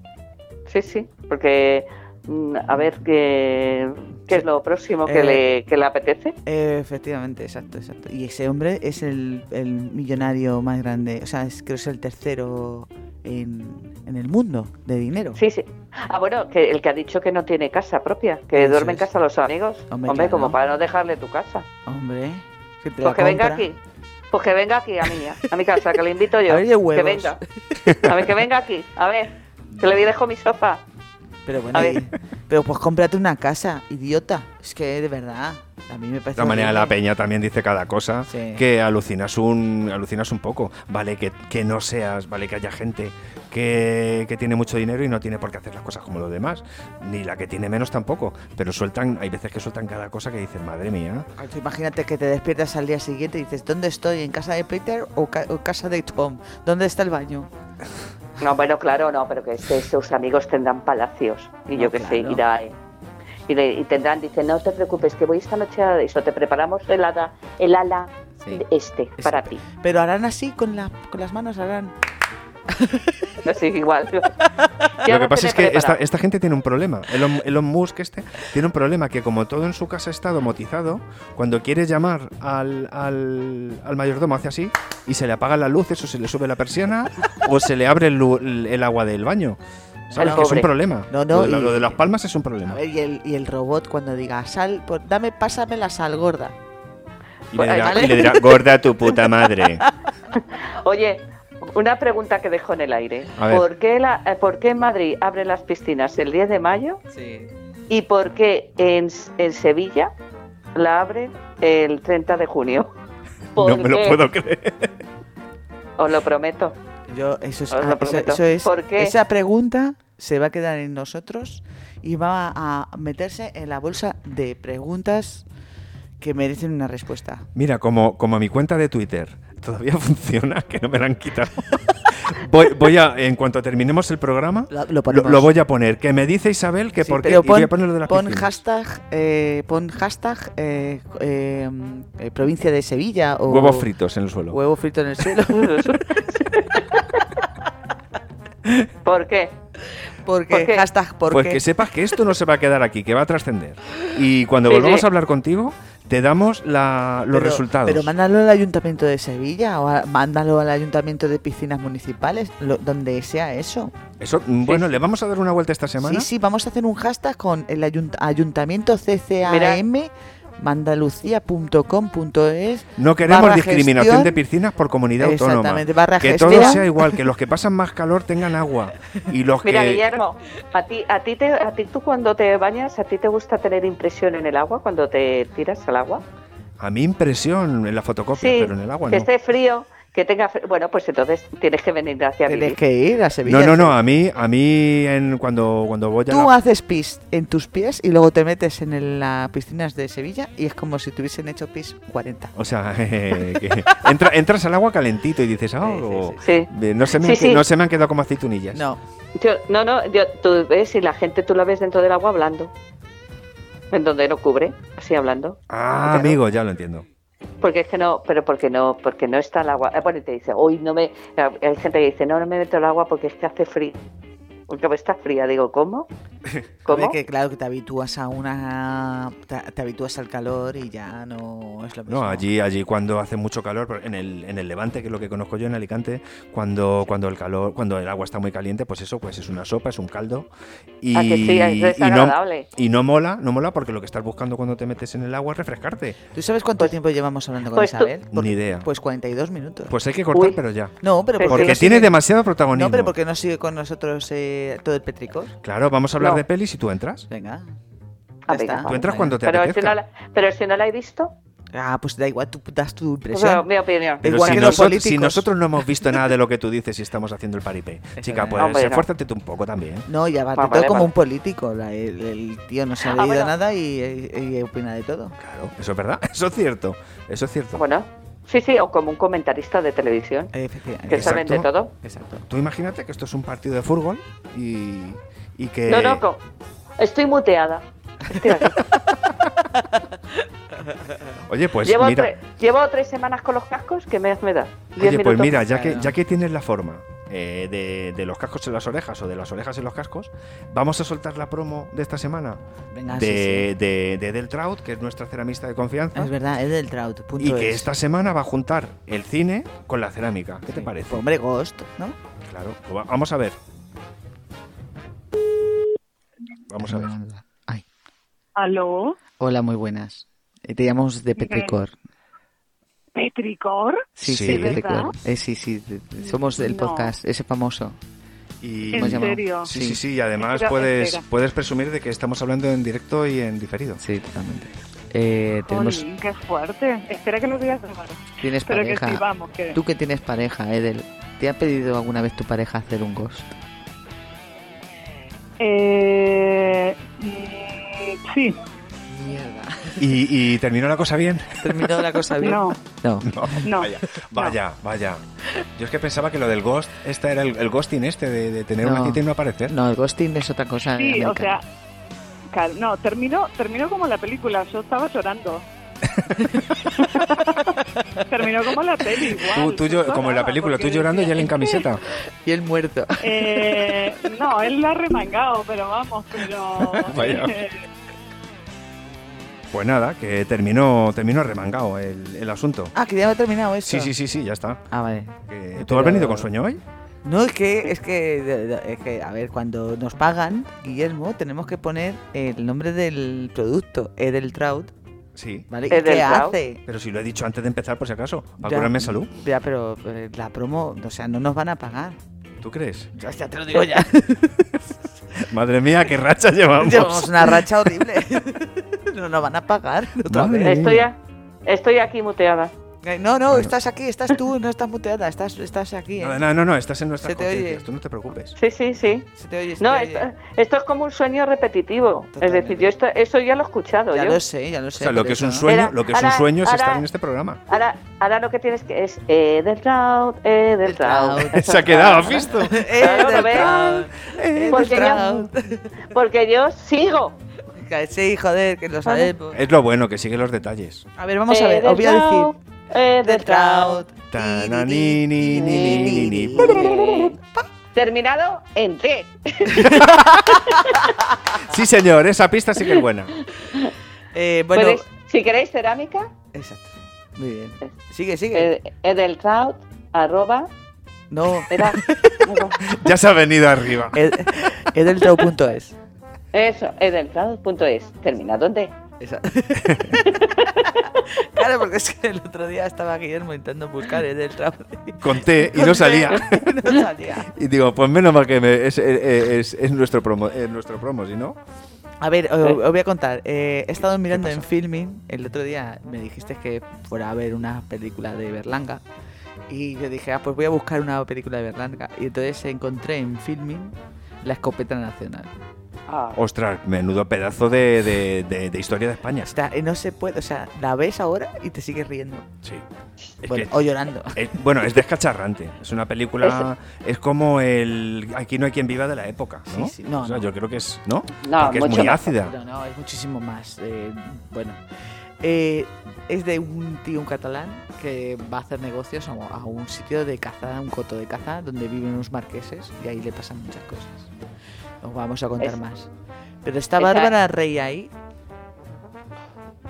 Speaker 4: Sí, sí. Porque, mm, a ver, ¿qué, qué es lo próximo que,
Speaker 1: Eh.
Speaker 4: le, que le apetece?
Speaker 1: Eh, efectivamente, exacto, exacto. Y ese hombre es el, el millonario más grande, o sea, es, creo que es el tercero en, en el mundo de dinero.
Speaker 4: Sí, sí. Ah, bueno, que el que ha dicho que no tiene casa propia, que
Speaker 1: Eso
Speaker 4: duerme
Speaker 1: es.
Speaker 4: en casa los amigos.
Speaker 1: Hombre,
Speaker 4: Hombre,
Speaker 1: claro.
Speaker 4: como para no dejarle tu casa.
Speaker 1: Hombre, que te la
Speaker 4: Pues que venga
Speaker 1: compra.
Speaker 4: aquí. Pues que venga aquí a mí, a mi casa, que le invito yo.
Speaker 1: A ver de huevos.
Speaker 4: Que venga. A ver, que venga aquí. A ver, que le dejo mi sofá.
Speaker 1: Pero bueno,
Speaker 4: A ver.
Speaker 1: y- pero pues cómprate una casa, idiota. Es que de verdad, a mí me
Speaker 2: De
Speaker 1: parece.
Speaker 2: todas maneras, la
Speaker 1: horrible.
Speaker 2: peña también dice cada cosa
Speaker 1: Sí.
Speaker 2: que alucinas un, alucinas un poco. Vale que, que no seas, vale que haya gente que, que tiene mucho dinero y no tiene por qué hacer las cosas como los demás, ni la que tiene menos tampoco. Pero sueltan, hay veces que sueltan cada cosa que dices, madre mía.
Speaker 1: Ay, tú Imagínate que te despiertas al día siguiente y dices, ¿dónde estoy? ¿En casa de Peter o, ca- o casa de Tom? ¿Dónde está el baño?
Speaker 4: No, bueno, claro, no, pero que es que sus amigos tendrán palacios. Y yo
Speaker 1: No,
Speaker 4: qué sé,
Speaker 1: claro.
Speaker 4: irá. eh, Y, le- y tendrán, dice, no te preocupes, que voy esta noche a eso. Te preparamos el ala, el ala
Speaker 1: Sí. Este.
Speaker 4: este
Speaker 1: Es-
Speaker 4: para ti.
Speaker 1: Pero harán así con, la, con las manos, harán.
Speaker 4: No, sí, igual.
Speaker 2: Lo que pasa es que esta, esta gente tiene un problema. Elon, Elon Musk este tiene un problema que como todo en su casa está domotizado, cuando quiere llamar al, al, al mayordomo hace así y se le apagan las luces o se le sube la persiana o se le abre el, lu- el- el agua del baño. ¿Sabes?
Speaker 4: El
Speaker 2: Que es un
Speaker 4: pobre.
Speaker 2: problema.
Speaker 1: No, no,
Speaker 2: lo, de la-
Speaker 1: y-
Speaker 2: lo de las palmas es un
Speaker 1: A
Speaker 2: problema.
Speaker 1: ver, y el, y el robot cuando diga, sal, por- dame, pásame la sal gorda.
Speaker 2: Y le, dirá,
Speaker 4: Vale.
Speaker 2: y le dirá, gorda tu puta madre.
Speaker 4: Oye, una pregunta que dejo en el aire.
Speaker 2: A ver.
Speaker 4: ¿Por qué, la, eh, ¿Por qué en Madrid abren las piscinas el 10 de mayo
Speaker 6: Sí.
Speaker 4: y por qué en, en Sevilla la abren el 30 de junio?
Speaker 2: No
Speaker 4: ¿Por
Speaker 2: me lo
Speaker 4: qué?
Speaker 2: puedo creer.
Speaker 4: Os lo prometo.
Speaker 1: Yo, eso es,
Speaker 4: Os
Speaker 1: ah,
Speaker 4: lo
Speaker 1: eso,
Speaker 4: prometo.
Speaker 1: eso es
Speaker 4: ¿Por qué?
Speaker 1: esa pregunta se va a quedar en nosotros y va a meterse en la bolsa de preguntas que merecen una respuesta.
Speaker 2: Mira, como, como mi cuenta de Twitter todavía funciona, que no me la han quitado. Voy, voy a, en cuanto terminemos el programa,
Speaker 1: Lo,
Speaker 2: lo, lo voy a poner. Que me dice Isabel que
Speaker 1: Sí,
Speaker 2: por qué.
Speaker 1: pero
Speaker 2: y voy
Speaker 1: pon-
Speaker 2: a poner lo de las
Speaker 1: pon
Speaker 2: piscinas.
Speaker 1: hashtag, eh, pon hashtag eh, eh, eh, provincia de Sevilla o
Speaker 2: Huevos fritos en el suelo.
Speaker 1: huevo frito en el suelo.
Speaker 4: ¿Por qué?
Speaker 1: Porque
Speaker 4: ¿Por qué?
Speaker 1: hashtag porque
Speaker 2: Pues que sepas que esto no se va a quedar aquí, que va a trascender. Y cuando
Speaker 4: Sí,
Speaker 2: volvamos
Speaker 4: sí.
Speaker 2: a hablar contigo, te damos la- los
Speaker 1: Pero-
Speaker 2: resultados.
Speaker 1: Pero mándalo al ayuntamiento de Sevilla o a- mándalo al ayuntamiento de piscinas municipales, lo- donde sea eso.
Speaker 2: Eso, mm, bueno, le vamos a dar una vuelta esta semana.
Speaker 1: Sí, sí, vamos a hacer un hashtag con el ayunt- ayuntamiento CCAM mandalucía.com.es
Speaker 2: No queremos
Speaker 1: barra
Speaker 2: discriminación
Speaker 1: gestión.
Speaker 2: de piscinas por comunidad autónoma.
Speaker 1: Exactamente, barra
Speaker 2: Que
Speaker 1: gestión.
Speaker 2: todo sea igual, que los que pasan más calor tengan agua. Y los
Speaker 4: Mira,
Speaker 2: que.
Speaker 4: Guillermo, a ti, a ti, te, a ti tú cuando te bañas, a ti te gusta tener impresión en el agua cuando te tiras al agua.
Speaker 2: A mí impresión en la fotocopia, pero en el agua
Speaker 4: que
Speaker 2: no.
Speaker 4: esté frío, que tenga frío. Bueno, pues entonces tienes que venir hacia mí.
Speaker 1: Tienes que ir a Sevilla.
Speaker 2: No, no, no, a mí, a mí en, cuando, cuando voy a
Speaker 1: Tú
Speaker 2: la-
Speaker 1: haces pis en tus pies y luego te metes en el- las piscinas de Sevilla y es como si te hubiesen hecho pis 40.
Speaker 2: O sea, eh, que entra- entras al agua calentito y dices, ah, o-
Speaker 4: Sí.
Speaker 2: de- no, se me
Speaker 4: Sí,
Speaker 2: han que-
Speaker 4: sí.
Speaker 2: no se me han quedado como aceitunillas.
Speaker 1: No,
Speaker 4: Yo- no, no, yo- tú ves y la gente tú la ves dentro del agua hablando. En donde no cubre, así hablando.
Speaker 2: Ah,
Speaker 4: Claro.
Speaker 2: amigo, ya lo entiendo.
Speaker 4: Porque es que no, pero porque no, porque no está el agua. Eh, Bueno, y te dice, hoy no me. Eh, Hay gente que dice, no, no me meto al agua porque es que hace frío. Porque pues está fría. Digo, ¿cómo? ¿Cómo?
Speaker 1: que claro que te habitúas a una te, te habitúas al calor y ya no es lo mismo.
Speaker 2: No, allí, allí cuando hace mucho calor, pero en el, en el Levante, que es lo que conozco yo en Alicante, cuando, cuando el calor, cuando el agua está muy caliente, pues eso, pues es una sopa, es un caldo. Y,
Speaker 4: Ah, que sí, es
Speaker 2: y no,
Speaker 4: desagradable.
Speaker 2: y no mola, no mola porque lo que estás buscando cuando te metes en el agua es refrescarte.
Speaker 1: ¿Tú sabes cuánto tiempo llevamos hablando con
Speaker 4: pues tú-
Speaker 1: Isabel? Porque-
Speaker 2: Ni idea.
Speaker 1: Pues 42 minutos.
Speaker 2: Pues hay que cortar,
Speaker 4: Uy.
Speaker 2: pero ya.
Speaker 1: no, pero porque,
Speaker 4: Pues
Speaker 2: Porque
Speaker 1: no
Speaker 2: tiene
Speaker 1: sigue-
Speaker 2: demasiado protagonismo.
Speaker 1: No, pero porque no sigue con nosotros eh, todo el petricor.
Speaker 2: Claro, vamos a hablar
Speaker 4: No.
Speaker 2: de pelis y tú entras.
Speaker 1: Venga. Ya
Speaker 4: Ah, venga,
Speaker 1: está.
Speaker 4: vale.
Speaker 2: Tú entras
Speaker 1: Venga.
Speaker 2: cuando te
Speaker 4: Pero si,
Speaker 2: apetezca.
Speaker 4: no la, pero si no la he visto,
Speaker 1: Ah, pues da igual, tú das tu
Speaker 4: o sea,
Speaker 1: impresión.
Speaker 4: mi opinión.
Speaker 2: Pero
Speaker 1: Igual
Speaker 2: si,
Speaker 1: que los
Speaker 2: nosotros, si
Speaker 1: políticos.
Speaker 2: nosotros no hemos visto nada de lo que tú dices y estamos haciendo el paripé. Chica,
Speaker 1: es.
Speaker 2: pues
Speaker 4: Hombre, no.
Speaker 2: esfuérzate tú un poco también.
Speaker 1: No, ya va,
Speaker 4: Ah,
Speaker 1: te
Speaker 4: vale,
Speaker 1: todo como
Speaker 4: vale.
Speaker 1: un político. la- el, el tío no se ha
Speaker 4: Ah,
Speaker 1: leído
Speaker 4: bueno.
Speaker 1: nada y, y- y opina de todo.
Speaker 2: Claro, eso es verdad, eso es cierto, eso es cierto.
Speaker 4: Bueno, sí, sí, o como un comentarista de televisión, que
Speaker 1: Efectivamente.
Speaker 2: Exacto.
Speaker 4: saben de todo.
Speaker 1: Exacto.
Speaker 2: Tú imagínate que esto es un partido de fútbol y, y que...
Speaker 4: No, no, co- estoy muteada. Estoy aquí.
Speaker 2: Oye, pues
Speaker 4: llevo,
Speaker 2: mira,
Speaker 4: tre- llevo tres semanas con los cascos, que me, me da? Diez
Speaker 2: oye, pues
Speaker 4: minutos.
Speaker 2: mira, ya que,
Speaker 1: Claro.
Speaker 2: ya que tienes la forma eh, de, de los cascos en las orejas o de las orejas en los cascos, vamos a soltar la promo de esta semana
Speaker 1: Venga, Ah, sí,
Speaker 2: de, de- de Del Trout, que es nuestra ceramista de
Speaker 1: sí.
Speaker 2: confianza.
Speaker 1: Es verdad, es del Trout. Punto
Speaker 2: Y que
Speaker 1: es.
Speaker 2: esta semana va a juntar el cine con la cerámica. ¿Qué te
Speaker 1: Pues,
Speaker 2: parece?
Speaker 1: Hombre, Ghost, ¿no?
Speaker 2: Claro. pues va- Vamos a ver. Vamos a ver.
Speaker 1: Ay.
Speaker 7: ¿Aló?
Speaker 1: Hola, muy buenas. Eh, Te llamamos de Petricor.
Speaker 7: ¿Petricor?
Speaker 1: Sí, sí,
Speaker 2: Sí. ¿De
Speaker 1: Petricor.
Speaker 7: verdad?
Speaker 1: Eh, sí, sí. de- de- Somos el
Speaker 7: No.
Speaker 1: podcast, ese famoso.
Speaker 2: Y...
Speaker 7: ¿En
Speaker 1: Hemos llamado.
Speaker 7: serio?
Speaker 2: Sí, sí, sí. Y además
Speaker 7: Espera,
Speaker 2: puedes,
Speaker 7: espera.
Speaker 2: puedes presumir de que estamos hablando en directo y en diferido.
Speaker 1: Sí, totalmente. Eh, tenemos,
Speaker 7: Jolín, qué fuerte. Espera que lo voy a grabar.
Speaker 1: tienes
Speaker 7: Pero que
Speaker 1: pareja.
Speaker 7: sí, vamos, que...
Speaker 1: Tú que tienes pareja, Edel, ¿te ha pedido alguna vez tu pareja hacer un ghost?
Speaker 7: Eh... mm, Sí,
Speaker 1: Mierda.
Speaker 2: ¿Y, y terminó la cosa bien?
Speaker 1: ¿Terminó la cosa bien?
Speaker 7: no,
Speaker 1: No.
Speaker 2: No.
Speaker 7: no.
Speaker 2: Vaya, vaya, vaya. Yo es que pensaba que lo del ghost, esta era el, el ghosting este, de, de tener una
Speaker 1: No.
Speaker 2: cita y no aparecer.
Speaker 1: No, el ghosting es otra cosa.
Speaker 7: Sí, o
Speaker 1: americana.
Speaker 7: sea... claro, no, terminó, terminó como la película. Yo estaba llorando. Terminó como la peli, igual.
Speaker 2: Tú, tú llor-
Speaker 7: No,
Speaker 2: como en la
Speaker 7: nada,
Speaker 2: película, tú
Speaker 7: porque
Speaker 2: llorando y
Speaker 7: decía,
Speaker 2: él en camiseta.
Speaker 1: Y el muerto.
Speaker 7: Eh, no, él la ha remangado, pero vamos, pero.
Speaker 2: Vaya.
Speaker 7: eh,
Speaker 2: Pues nada, que terminó, terminó remangado el, el asunto.
Speaker 1: Ah, que ya había terminado eso.
Speaker 2: Sí, sí, sí, sí, ya está.
Speaker 1: Ah, vale.
Speaker 2: Que- ¿Tú has venido con sueño hoy?
Speaker 1: No, es que, es que, de- de- es que, a ver, cuando nos pagan, Guillermo, tenemos que poner el nombre del producto, Edeltraut,
Speaker 2: Sí.
Speaker 1: ¿vale? ¿Y ¿Qué
Speaker 4: Edeltraut.
Speaker 1: hace?
Speaker 2: Pero si lo he dicho antes de empezar, por si acaso, para
Speaker 1: Ya.
Speaker 2: curarme en salud.
Speaker 1: Ya, pero eh, la promo, o sea, no nos van a pagar.
Speaker 2: ¿Tú crees?
Speaker 1: Ya, ya te lo digo ya.
Speaker 2: Madre mía, qué racha llevamos.
Speaker 1: Llevamos una racha horrible. no nos van a pagar otra
Speaker 2: Madre
Speaker 1: vez.
Speaker 4: Estoy, a- estoy aquí muteada.
Speaker 1: Eh, No, no, estás aquí, estás tú, no estás muteada, estás, estás aquí. ¿eh?
Speaker 2: No, no, no, no, estás en nuestras
Speaker 1: Se te oye.
Speaker 2: conciencias, tú no te preocupes.
Speaker 4: Sí, sí, sí.
Speaker 1: Se te oye, se
Speaker 4: No,
Speaker 1: te
Speaker 4: esto,
Speaker 1: oye.
Speaker 4: esto es como un sueño repetitivo. Es
Speaker 1: Eh. Totalmente.
Speaker 4: decir, yo esto, eso ya lo he escuchado.
Speaker 1: Ya
Speaker 4: yo.
Speaker 1: lo sé, ya lo
Speaker 2: O
Speaker 1: sé.
Speaker 2: sea, lo
Speaker 1: por
Speaker 2: que es
Speaker 1: eso,
Speaker 2: un
Speaker 1: ¿no?
Speaker 2: sueño,
Speaker 4: Era-
Speaker 2: lo que es un
Speaker 4: ahora-
Speaker 2: sueño es
Speaker 4: ahora-
Speaker 2: estar en este programa.
Speaker 4: Ahora, ahora lo que tienes que es eh, del round, eh, del round.
Speaker 1: Edeltraut.
Speaker 2: Se ha quedado, ¿has visto?
Speaker 4: Claro, lo Pues
Speaker 1: Edeltraut,
Speaker 4: Porque ya-
Speaker 1: Edeltraut.
Speaker 4: Porque yo sigo.
Speaker 1: Que Sí, joder, que lo sabemos.
Speaker 2: Es lo bueno, que sigue los detalles.
Speaker 1: A ver,
Speaker 4: "Eh,
Speaker 1: vamos a ver, os voy a decir. Edeltraut.
Speaker 2: Tanani, ni, ni, ni, ni, ni.
Speaker 4: Terminado en T.
Speaker 2: Sí, señor, esa pista sí que es buena.
Speaker 1: Eh, bueno,
Speaker 4: Podéis- si queréis cerámica,
Speaker 1: exacto. Muy bien. Sigue, sigue.
Speaker 4: eh, edeltraut, arroba,
Speaker 1: No,
Speaker 4: era-
Speaker 2: Ya se ha venido arriba.
Speaker 1: Ed- edeltraut.es.
Speaker 4: eso, edeltraut.es, terminado en D.
Speaker 1: Exacto. claro, porque es que el otro día estaba Guillermo intentando buscar Edeltraut.
Speaker 2: Conté y no salía.
Speaker 1: no salía.
Speaker 2: Y digo, pues menos mal que me- es, eh, es- es nuestro promo, es nuestro promo, si no.
Speaker 1: A ver, os, os voy a contar. Eh, he estado mirando en filming. El otro día me dijiste que fuera a ver una película de Berlanga. Y yo dije, ah, pues voy a buscar una película de Berlanga. Y entonces encontré en filming La Escopeta Nacional.
Speaker 4: Ah,
Speaker 2: Ostras, menudo pedazo de, de- de- de historia de España.
Speaker 1: O sea, eh, no se puede, o sea, la ves ahora y te sigues riendo.
Speaker 2: Sí. Es
Speaker 1: Bueno,
Speaker 2: que-
Speaker 1: o llorando.
Speaker 2: Es- bueno, es descacharrante. Es una película. Es como el. Aquí no hay quien viva de la época, ¿no?
Speaker 1: Sí, sí. No,
Speaker 2: O sea,
Speaker 1: no.
Speaker 2: Yo creo que es. ¿No?
Speaker 4: No,
Speaker 2: Porque es
Speaker 4: mucho
Speaker 2: muy
Speaker 4: más.
Speaker 2: ácida.
Speaker 1: No, no, es muchísimo más. eh, bueno, Eh, es de un tío, un catalán, que va a hacer negocios a, a un sitio de caza, un coto de caza, donde viven unos marqueses y ahí le pasan muchas cosas. Os vamos a contar
Speaker 4: Es-
Speaker 1: más. Pero está
Speaker 4: Esa-
Speaker 1: Bárbara Rey ahí,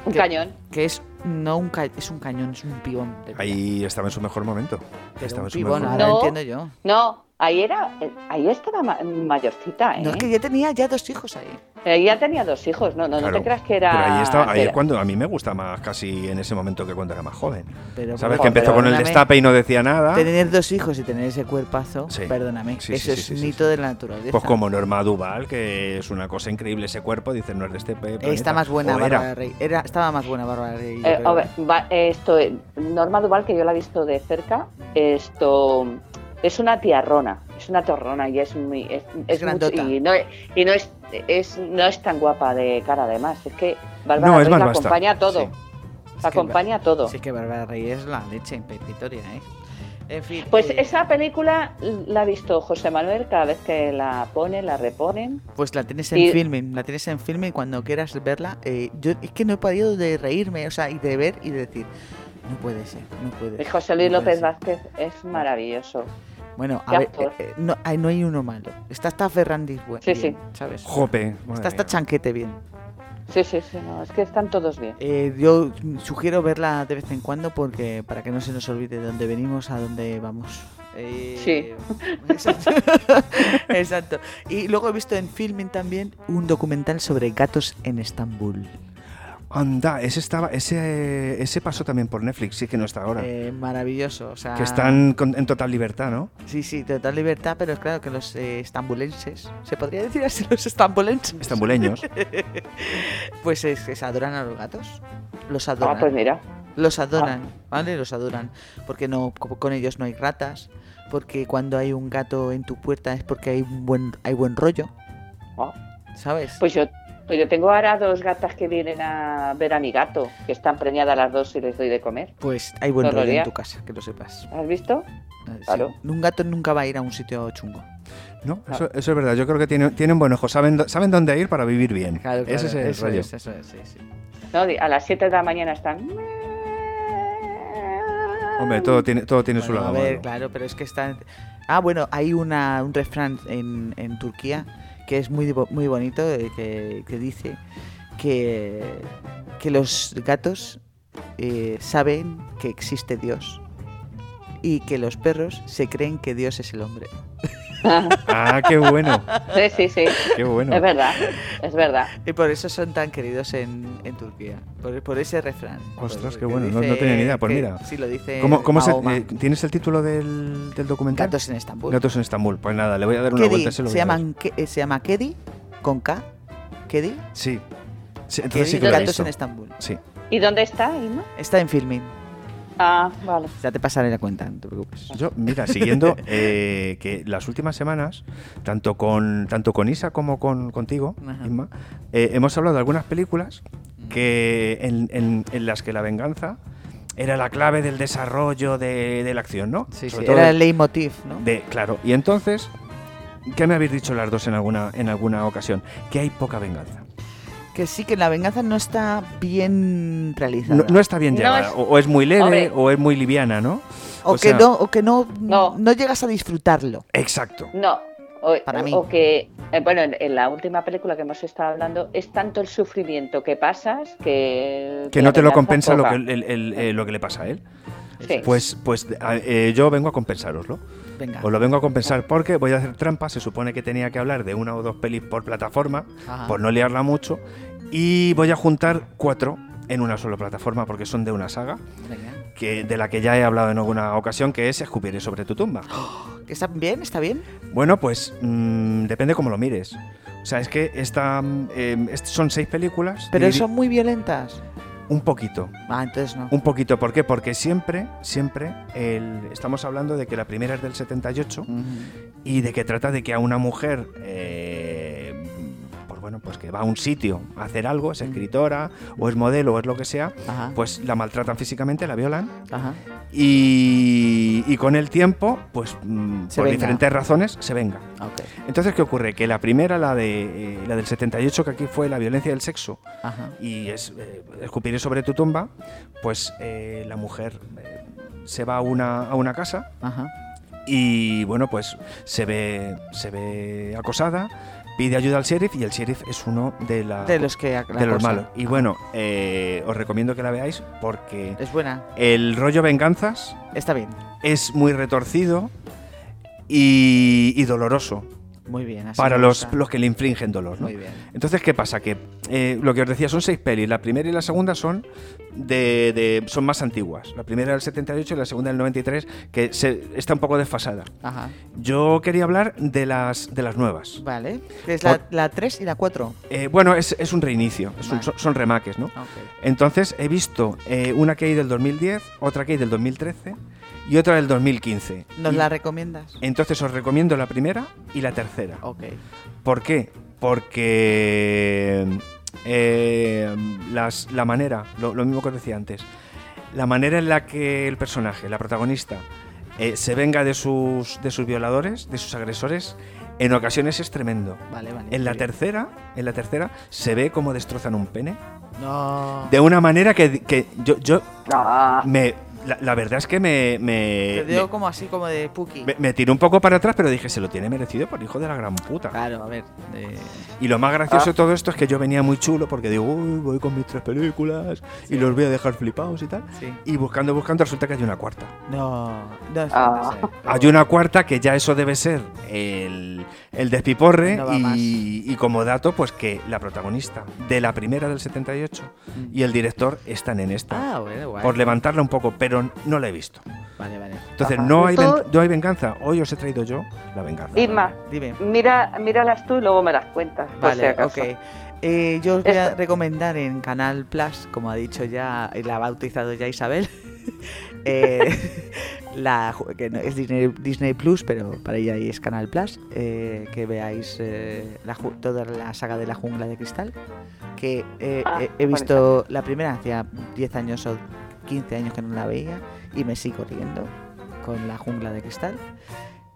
Speaker 4: un
Speaker 1: ¿Qué?
Speaker 4: cañón.
Speaker 1: que es no un ca- es un cañón, es un pibón. de verdad.
Speaker 2: Ahí estaba en su mejor momento.
Speaker 1: Pero
Speaker 2: estaba
Speaker 1: un
Speaker 2: en su
Speaker 1: pibón,
Speaker 2: mejor
Speaker 1: ahora ¿eh?
Speaker 4: No.
Speaker 2: momento.
Speaker 1: entiendo yo.
Speaker 4: No, ahí era, eh, ahí estaba ma- mayorcita, ¿eh?
Speaker 1: No, es que ya tenía ya dos hijos ahí.
Speaker 4: Eh, ya tenía dos hijos, no, no, no
Speaker 2: Claro.
Speaker 4: te creas que era.
Speaker 2: Pero ahí estaba. Ahí
Speaker 4: que
Speaker 2: es
Speaker 4: era-
Speaker 2: cuando a mí me gusta más casi en ese momento que cuando era más joven.
Speaker 1: Pero,
Speaker 2: ¿Sabes?
Speaker 1: por
Speaker 2: Que empezó
Speaker 1: favor,
Speaker 2: con el
Speaker 1: perdóname.
Speaker 2: destape y no decía nada.
Speaker 1: Tener dos hijos y tener ese cuerpazo,
Speaker 2: Sí.
Speaker 1: perdóname,
Speaker 2: Sí, sí,
Speaker 1: eso
Speaker 2: sí, sí,
Speaker 1: es
Speaker 2: sí,
Speaker 1: mito de la naturaleza.
Speaker 2: Pues como Norma Duval, que es una cosa increíble ese cuerpo, dice no es de este. pe-
Speaker 1: Está
Speaker 2: planeta".
Speaker 1: más buena
Speaker 2: O era.
Speaker 1: Bárbara Rey. Era, estaba más buena Bárbara Rey. yo
Speaker 4: Eh,
Speaker 1: creo.
Speaker 4: a ver, va- esto, eh, Norma Duval, que yo la he visto de cerca, esto es una tiarrona, es una tiarrona y es muy. Es, es mucho-
Speaker 1: grandota.
Speaker 4: y no, y no, es, es- no es tan guapa de cara, además. Es que Bárbara
Speaker 2: No, es
Speaker 4: Rey
Speaker 2: más
Speaker 4: la
Speaker 2: basta.
Speaker 4: acompaña a todo.
Speaker 2: Sí.
Speaker 4: La
Speaker 1: que-
Speaker 4: acompaña a todo.
Speaker 1: Sí, que Bárbara Rey es la leche impeditoria, ¿eh? En fin.
Speaker 4: Pues
Speaker 1: eh,
Speaker 4: esa película la ha visto José Manuel cada vez que la ponen, la reponen.
Speaker 1: Pues la tienes en
Speaker 4: y-
Speaker 1: filming, la tienes en filming cuando quieras verla. eh, yo es que no he podido de reírme, o sea, y de ver y de decir, no puede ser, no puede
Speaker 4: Y
Speaker 1: ser.
Speaker 4: José Luis
Speaker 1: no puede
Speaker 4: López
Speaker 1: ser".
Speaker 4: Vázquez es maravilloso.
Speaker 1: Bueno,
Speaker 4: qué
Speaker 1: a ver,
Speaker 4: actor.
Speaker 1: eh, eh, no, ay, no hay uno malo. Está hasta Ferrandis bueno.
Speaker 4: Sí, sí.
Speaker 1: ¿Sabes?
Speaker 2: Jope. madre
Speaker 1: Está hasta
Speaker 2: mía.
Speaker 1: Chanquete bien.
Speaker 4: Sí, sí, sí, no, es que están todos bien.
Speaker 1: Eh, yo sugiero verla de vez en cuando porque para que no se nos olvide de dónde venimos a dónde vamos. Eh,
Speaker 4: Sí.
Speaker 1: Exacto. Exacto. Y luego he visto en filming también un documental sobre gatos en Estambul.
Speaker 2: Anda, ese estaba, ese, ese pasó también por Netflix, sí que no está ahora.
Speaker 1: Eh, ah. maravilloso. O sea,
Speaker 2: Ah. que están con- en total libertad, ¿no?
Speaker 1: Sí, sí, total libertad, pero es claro que los eh, estambulenses, ¿se podría decir así los estambulenses?
Speaker 2: Estambuleños.
Speaker 1: Pues es que se adoran a los gatos. Los adoran.
Speaker 4: Ah, pues mira.
Speaker 1: Los adoran, ¿vale? Los adoran. Porque no, co- con ellos no hay ratas. Porque cuando hay un gato en tu puerta es porque hay un buen, hay buen rollo,
Speaker 4: Ah.
Speaker 1: ¿sabes?
Speaker 4: Pues yo, pues yo tengo ahora dos gatas que vienen a ver a mi gato, que están preñadas las dos y les doy de comer.
Speaker 1: Pues hay buen
Speaker 4: Todo el
Speaker 1: rollo en
Speaker 4: día.
Speaker 1: tu casa, que lo sepas.
Speaker 4: ¿Has visto?
Speaker 1: Eh, sí,
Speaker 4: Claro.
Speaker 1: Un gato nunca va a ir a un sitio chungo.
Speaker 2: No, eso, eso es verdad. Yo creo que tienen, tienen buen ojo, saben, do- saben dónde ir para vivir bien.
Speaker 1: Claro,
Speaker 2: Ese es el
Speaker 1: eso
Speaker 2: rollo.
Speaker 1: es, eso es, sí, sí.
Speaker 4: ¿no? A las 7 de la mañana están.
Speaker 2: Hombre, todo tiene, todo tiene su
Speaker 1: Bueno,
Speaker 2: lado.
Speaker 1: a ver,
Speaker 2: malo.
Speaker 1: claro, pero es que están. Ah, bueno, hay una, un refrán en, en Turquía que es muy, bo- muy bonito, eh, que, que dice que, que los gatos eh, saben que existe Dios y que los perros se creen que Dios es el hombre.
Speaker 2: Ah, qué bueno,
Speaker 4: Sí, sí, sí.
Speaker 2: qué bueno.
Speaker 4: Es verdad, es verdad.
Speaker 1: Y por eso son tan queridos en, en Turquía, por, por ese refrán.
Speaker 2: Ostras,
Speaker 1: Por-
Speaker 2: qué
Speaker 1: que
Speaker 2: bueno, no- no tenía ni idea, pues
Speaker 1: que-
Speaker 2: mira.
Speaker 1: Sí, lo dice.
Speaker 2: ¿Cómo, cómo se-
Speaker 1: Mahoma.
Speaker 2: eh, ¿Tienes el título del, del documental?
Speaker 1: Gatos en Estambul.
Speaker 2: Gatos en Estambul. Pues nada, le voy a dar una
Speaker 1: Kedi,
Speaker 2: vuelta. Se, lo
Speaker 1: se,
Speaker 2: voy a dar.
Speaker 1: llaman, Ke- eh, se llama Kedi, con K. Kedi.
Speaker 2: Sí. Sí,
Speaker 1: Kedi,
Speaker 2: Entonces sí que lo he
Speaker 1: Gatos
Speaker 2: visto.
Speaker 1: en Estambul.
Speaker 2: Sí.
Speaker 4: ¿Y dónde está, Inma?
Speaker 1: Está en filming.
Speaker 4: Ah, vale.
Speaker 1: Ya te pasaré la cuenta, no te preocupes.
Speaker 2: Yo, mira, siguiendo eh, que las últimas semanas, tanto con tanto con Isa como con contigo,
Speaker 1: Ajá.
Speaker 2: Inma, eh, hemos hablado de algunas películas que en, en- en las que la venganza era la clave del desarrollo de, de la acción, ¿no?
Speaker 1: Sí, sí,
Speaker 2: Sobre todo
Speaker 1: Era el leitmotiv, ¿no?
Speaker 2: de- claro. Y entonces, ¿qué me habéis dicho las dos en alguna en alguna ocasión? Que hay poca venganza.
Speaker 1: Que sí, que la venganza no está bien realizada.
Speaker 2: No, no está bien
Speaker 4: No
Speaker 2: llevada,
Speaker 4: es-
Speaker 2: o, o es muy leve
Speaker 4: Hombre.
Speaker 2: o es muy liviana, ¿no?
Speaker 1: o,
Speaker 2: o
Speaker 1: que
Speaker 2: sea-
Speaker 1: no, o que no,
Speaker 4: No.
Speaker 1: no llegas a disfrutarlo.
Speaker 2: Exacto.
Speaker 4: No. O,
Speaker 1: Para mí.
Speaker 4: o que, eh, bueno, en, en la última película que hemos estado hablando, es tanto el sufrimiento que pasas que.
Speaker 2: Que no
Speaker 4: la
Speaker 2: te lo
Speaker 4: venganza
Speaker 2: compensa lo
Speaker 4: poca.
Speaker 2: que, el- el- eh, lo que le pasa a él.
Speaker 4: Sí.
Speaker 2: Pues, pues a- eh, yo vengo a compensároslo.
Speaker 1: Venga.
Speaker 2: Os lo vengo a compensar porque voy a hacer trampa. Se supone que tenía que hablar de una o dos pelis por plataforma,
Speaker 1: Ajá.
Speaker 2: por no liarla mucho. Y voy a juntar cuatro en una sola plataforma porque son de una saga
Speaker 1: Venga.
Speaker 2: que, de la que ya he hablado en alguna ocasión, que es Escupiré sobre tu tumba.
Speaker 1: ¿Está bien? ¿Está bien?
Speaker 2: Bueno, pues mm, depende cómo lo mires. O sea, es que esta, mm, eh, est- son seis películas.
Speaker 1: Pero
Speaker 2: dividi-
Speaker 1: son muy violentas.
Speaker 2: Un poquito.
Speaker 1: Ah, entonces no.
Speaker 2: Un poquito, ¿por qué? Porque siempre, siempre, el- estamos hablando de que la primera es del 78
Speaker 1: Ujú.
Speaker 2: y de que trata de que a una mujer, eh, pues bueno, pues que va a un sitio a hacer algo, es escritora o es modelo o es lo que sea,
Speaker 1: Ajá.
Speaker 2: pues la maltratan físicamente, la violan
Speaker 1: Ajá.
Speaker 2: y, y con el tiempo, pues mm,
Speaker 1: Se
Speaker 2: por
Speaker 1: venga.
Speaker 2: diferentes razones, se venga.
Speaker 1: Ok.
Speaker 2: Entonces, ¿qué ocurre? Que la primera, la, de, eh, la del 78, que aquí fue la violencia del sexo,
Speaker 1: Ajá.
Speaker 2: y es eh, escupiré sobre tu tumba, pues eh, la mujer eh, se va a una, a una casa
Speaker 1: Ajá.
Speaker 2: y bueno, pues se ve, se ve acosada, pide ayuda al sheriff y el sheriff es uno de, la-
Speaker 1: De los que la
Speaker 2: Ah, de los
Speaker 1: cosa.
Speaker 2: malos. Y bueno, eh, os recomiendo que la veáis porque
Speaker 1: Es buena.
Speaker 2: el rollo venganzas
Speaker 1: Está bien.
Speaker 2: es muy retorcido y, y doloroso
Speaker 1: Muy bien. así
Speaker 2: para
Speaker 1: me
Speaker 2: los,
Speaker 1: gusta.
Speaker 2: los que le infringen dolor. ¿no?
Speaker 1: Muy bien.
Speaker 2: Entonces, ¿qué pasa? Que eh, lo que os decía son seis pelis. La primera y la segunda son de, de- son más antiguas. La primera del 78 y la segunda del 93, que se, está un poco desfasada.
Speaker 1: Ajá.
Speaker 2: Yo quería hablar de las, de las nuevas.
Speaker 1: Vale. Que es
Speaker 2: Por-
Speaker 1: la, 3 y la 4.
Speaker 2: Eh, bueno, es, es un reinicio, es un-
Speaker 1: Vale.
Speaker 2: son, son remaques, ¿no?
Speaker 1: Ok.
Speaker 2: Entonces, he visto eh, una que hay del 2010, otra que hay del 2013 y otra del 2015.
Speaker 1: ¿Nos
Speaker 2: Y-
Speaker 1: la recomiendas?
Speaker 2: entonces os recomiendo la primera y la tercera.
Speaker 1: Ok.
Speaker 2: ¿Por qué? Porque eh, las- la manera, lo, lo mismo que os decía antes, la manera en la que el personaje, la protagonista, eh, se venga de sus, de sus violadores, de sus agresores, en ocasiones es tremendo.
Speaker 1: Vale, vale.
Speaker 2: En la
Speaker 1: muy bien.
Speaker 2: tercera, en la tercera se ve cómo destrozan un pene
Speaker 1: No.
Speaker 2: de una manera que, que yo, yo
Speaker 4: Ah,
Speaker 2: me la, la verdad es que me me,
Speaker 1: Te digo como así, como de Puki.
Speaker 2: me- me tiré un poco para atrás, pero dije se lo tiene merecido por hijo de la gran puta.
Speaker 1: Claro, a ver. de-
Speaker 2: Y lo más gracioso de
Speaker 1: Ah.
Speaker 2: todo esto es que yo venía muy chulo porque digo, uy, voy con mis tres películas y los voy a dejar flipados y tal.
Speaker 1: Sí.
Speaker 2: Y buscando, buscando, resulta que hay una cuarta.
Speaker 1: No. No es
Speaker 4: Ah.
Speaker 2: Hay una cuarta que ya eso debe ser el, el despiporre.
Speaker 1: No va más.
Speaker 2: y, y como dato, pues que la protagonista de la primera del 78 y el director están en esta.
Speaker 1: Mm. Ah, bueno, guay.
Speaker 2: por levantarla un poco, pero no la he visto.
Speaker 1: Vale, vale.
Speaker 2: Entonces,
Speaker 4: Ajá.
Speaker 2: no hay, ven-
Speaker 4: Justo-
Speaker 2: no hay venganza. Hoy os he traído yo la venganza.
Speaker 4: Inma,
Speaker 1: Dime.
Speaker 4: mira, míralas tú y luego me las cuentas. por si
Speaker 1: Vale,
Speaker 4: acaso.
Speaker 1: ok. Eh, yo os voy a
Speaker 4: Esto.
Speaker 1: recomendar en Canal Plus, como ha dicho ya, y la ha bautizado ya Isabel, eh, la, ju- que no- es Disney, Disney Plus, pero para ella ahí es Canal Plus, eh, que veáis eh, la ju- toda la saga de la jungla de cristal, que eh,
Speaker 4: Ah,
Speaker 1: he- he visto la primera hacía 10 años o 15 años que no la veía y me sigo riendo con la jungla de cristal.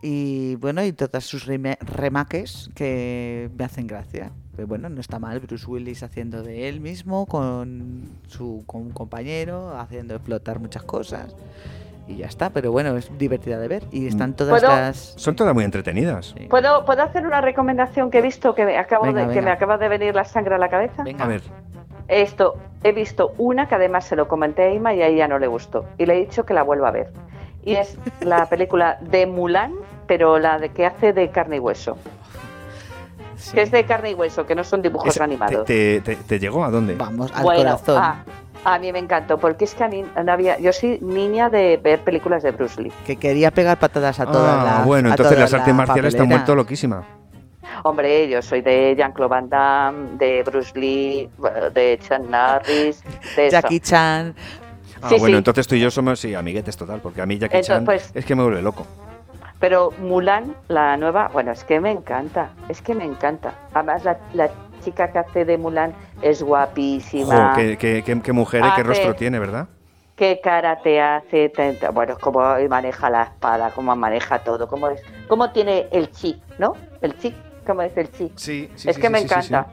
Speaker 1: Y bueno, y todas sus reme- remaques que me hacen gracia. Pero bueno, no está mal Bruce Willis haciendo de él mismo, con su con un compañero, haciendo explotar muchas cosas. Y ya está, pero bueno, es divertida de ver. Y están todas
Speaker 4: Mm. ¿Puedo?
Speaker 1: estas...
Speaker 2: Son todas muy entretenidas.
Speaker 1: Sí.
Speaker 4: ¿Puedo, ¿Puedo hacer una recomendación que he visto que me, acabo
Speaker 1: Venga,
Speaker 4: de, que
Speaker 1: venga.
Speaker 4: me acaba de venir la sangre a la cabeza?
Speaker 1: Venga.
Speaker 2: A ver,
Speaker 4: Esto, he visto una que además se lo comenté a Ima y a ella no le gustó. Y le he dicho que la vuelva a ver. Y es la película de Mulan, pero la de que hace de carne y hueso.
Speaker 1: sí.
Speaker 4: Que es de carne y hueso, que no son dibujos
Speaker 2: esa-
Speaker 4: animados.
Speaker 2: te, te- te- te llegó a dónde?
Speaker 1: Vamos, al
Speaker 4: Bueno,
Speaker 1: corazón.
Speaker 4: ah, A, mí me encantó, porque es que a mí no había. Yo soy niña de ver películas de Bruce Lee.
Speaker 1: Que quería pegar patadas a todas
Speaker 2: Ah,
Speaker 1: las...
Speaker 2: bueno,
Speaker 1: a
Speaker 2: entonces
Speaker 1: todas
Speaker 2: las artes marciales están
Speaker 1: papeleras.
Speaker 2: vuelto loquísima.
Speaker 4: Hombre, yo soy de Jean-Claude Van Damme, de Bruce Lee, de Chuck Norris, de eso.
Speaker 1: Jackie Chan.
Speaker 2: Ah,
Speaker 4: Sí,
Speaker 2: bueno,
Speaker 4: sí.
Speaker 2: entonces tú y yo somos sí, amiguetes total, porque a mí Jackie
Speaker 4: Entonces,
Speaker 2: Chan
Speaker 4: pues-
Speaker 2: es que me vuelve loco.
Speaker 4: Pero Mulan, la nueva, bueno, es que me encanta, es que me encanta. Además, la, la chica que hace de Mulan es guapísima.
Speaker 2: Jo, qué, qué- qué- qué mujer y qué
Speaker 4: Hace-
Speaker 2: rostro tiene, ¿verdad?
Speaker 4: Qué cara te hace, te- te- bueno, cómo maneja la espada, cómo maneja todo, cómo, es, cómo tiene el chi, ¿no? El chi, ¿cómo es el chi?
Speaker 2: Sí,
Speaker 4: es que me encanta,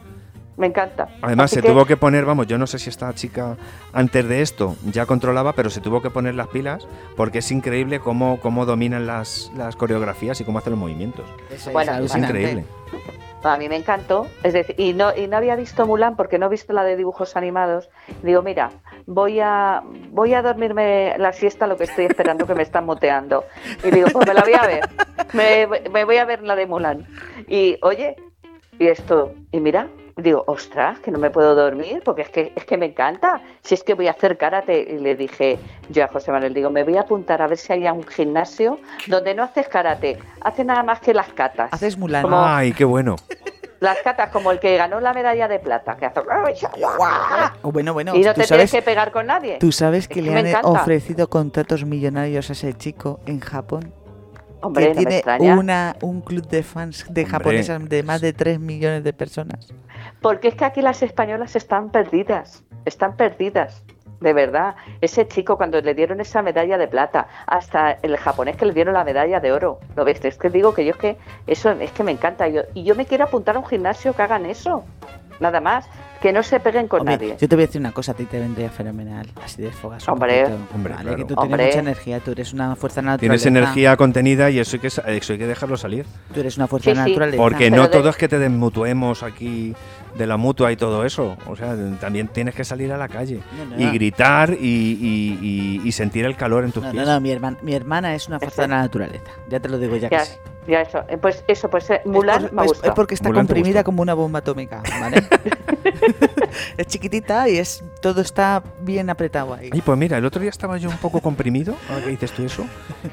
Speaker 4: me encanta.
Speaker 2: Además,
Speaker 4: Así
Speaker 2: se
Speaker 4: que-
Speaker 2: tuvo que poner, vamos, yo no sé si esta chica antes de esto ya controlaba, pero se tuvo que poner las pilas porque es increíble cómo, cómo dominan las, las coreografías y cómo hacen los movimientos.
Speaker 1: Eso
Speaker 4: Bueno,
Speaker 2: Es
Speaker 4: Alucinante.
Speaker 2: increíble.
Speaker 4: Pues A mí me encantó, es decir, y no, y no había visto Mulan porque no he visto la de dibujos animados. Digo, mira, voy a voy a dormirme la siesta lo que estoy esperando que me están moteando. Y digo, pues me la voy a ver, me, me voy a ver la de Mulan. Y oye, y esto, y mira, digo, ostras, que no me puedo dormir porque es que, es que me encanta. Si es que voy a hacer karate, y le dije yo a José Manuel, digo, me voy a apuntar a ver si hay un gimnasio donde no haces karate, haces nada más que las catas.
Speaker 1: Haces Mulan.
Speaker 4: Como-
Speaker 2: Ay, qué bueno.
Speaker 4: Las catas, como el que ganó la medalla de plata, que hace.
Speaker 1: Oh, bueno, bueno,
Speaker 4: y no
Speaker 1: tú
Speaker 4: te
Speaker 1: sabes,
Speaker 4: tienes que pegar con nadie.
Speaker 1: tú sabes
Speaker 4: Es
Speaker 1: que
Speaker 4: que
Speaker 1: le
Speaker 4: me
Speaker 1: han
Speaker 4: encanta.
Speaker 1: ofrecido contratos millonarios a ese chico en Japón.
Speaker 4: Hombre,
Speaker 1: que
Speaker 4: no me
Speaker 1: tiene
Speaker 4: extraña.
Speaker 1: una, un club de fans de
Speaker 2: Hombre.
Speaker 1: japonesas de más de 3 millones de personas.
Speaker 4: Pues Porque es que aquí las españolas están perdidas. Están perdidas. De verdad. Ese chico, cuando le dieron esa medalla de plata, hasta el japonés que le dieron la medalla de oro. ¿Lo ves? Es que digo que yo es que. Eso es que me encanta. Yo, y yo me quiero apuntar a un gimnasio que hagan eso. Nada más. Que no se peguen con
Speaker 1: Hombre,
Speaker 4: nadie.
Speaker 1: yo te voy a decir una cosa, a ti te vendría fenomenal. Así desfogas un
Speaker 4: Hombre.
Speaker 1: poquito,
Speaker 2: Hombre,
Speaker 1: ¿vale?
Speaker 2: claro.
Speaker 1: Que tú
Speaker 4: Hombre.
Speaker 1: tienes mucha energía, tú eres una fuerza natural.
Speaker 2: Tienes energía contenida y eso hay que, sa- eso hay que dejarlo salir.
Speaker 1: Tú eres una fuerza
Speaker 4: Sí, sí.
Speaker 1: natural.
Speaker 2: Porque
Speaker 4: Pero
Speaker 2: no
Speaker 4: de-
Speaker 2: todo es que te desmutuemos aquí de la mutua y todo eso. O sea, también tienes que salir a la calle
Speaker 1: No, no,
Speaker 2: y
Speaker 1: no.
Speaker 2: gritar y, y- y- y sentir el calor en tus
Speaker 1: No, no,
Speaker 2: pies.
Speaker 1: no, mi, hermana, mi hermana es una fuerza de
Speaker 4: Ese-
Speaker 1: la naturaleza. Ya te lo digo ya
Speaker 4: Ya,
Speaker 1: que sí.
Speaker 4: ya eso. Eh, Pues eso, pues eh, Mulan
Speaker 1: es, por-
Speaker 4: me
Speaker 1: es-
Speaker 4: gusta.
Speaker 1: es porque está
Speaker 2: Mulan te
Speaker 1: comprimida
Speaker 2: gusta.
Speaker 1: como una bomba atómica, ¿vale? es chiquitita y es todo está bien apretado ahí.
Speaker 2: Ay, pues mira, el otro día estaba yo un poco comprimido, ahora que dices tú eso,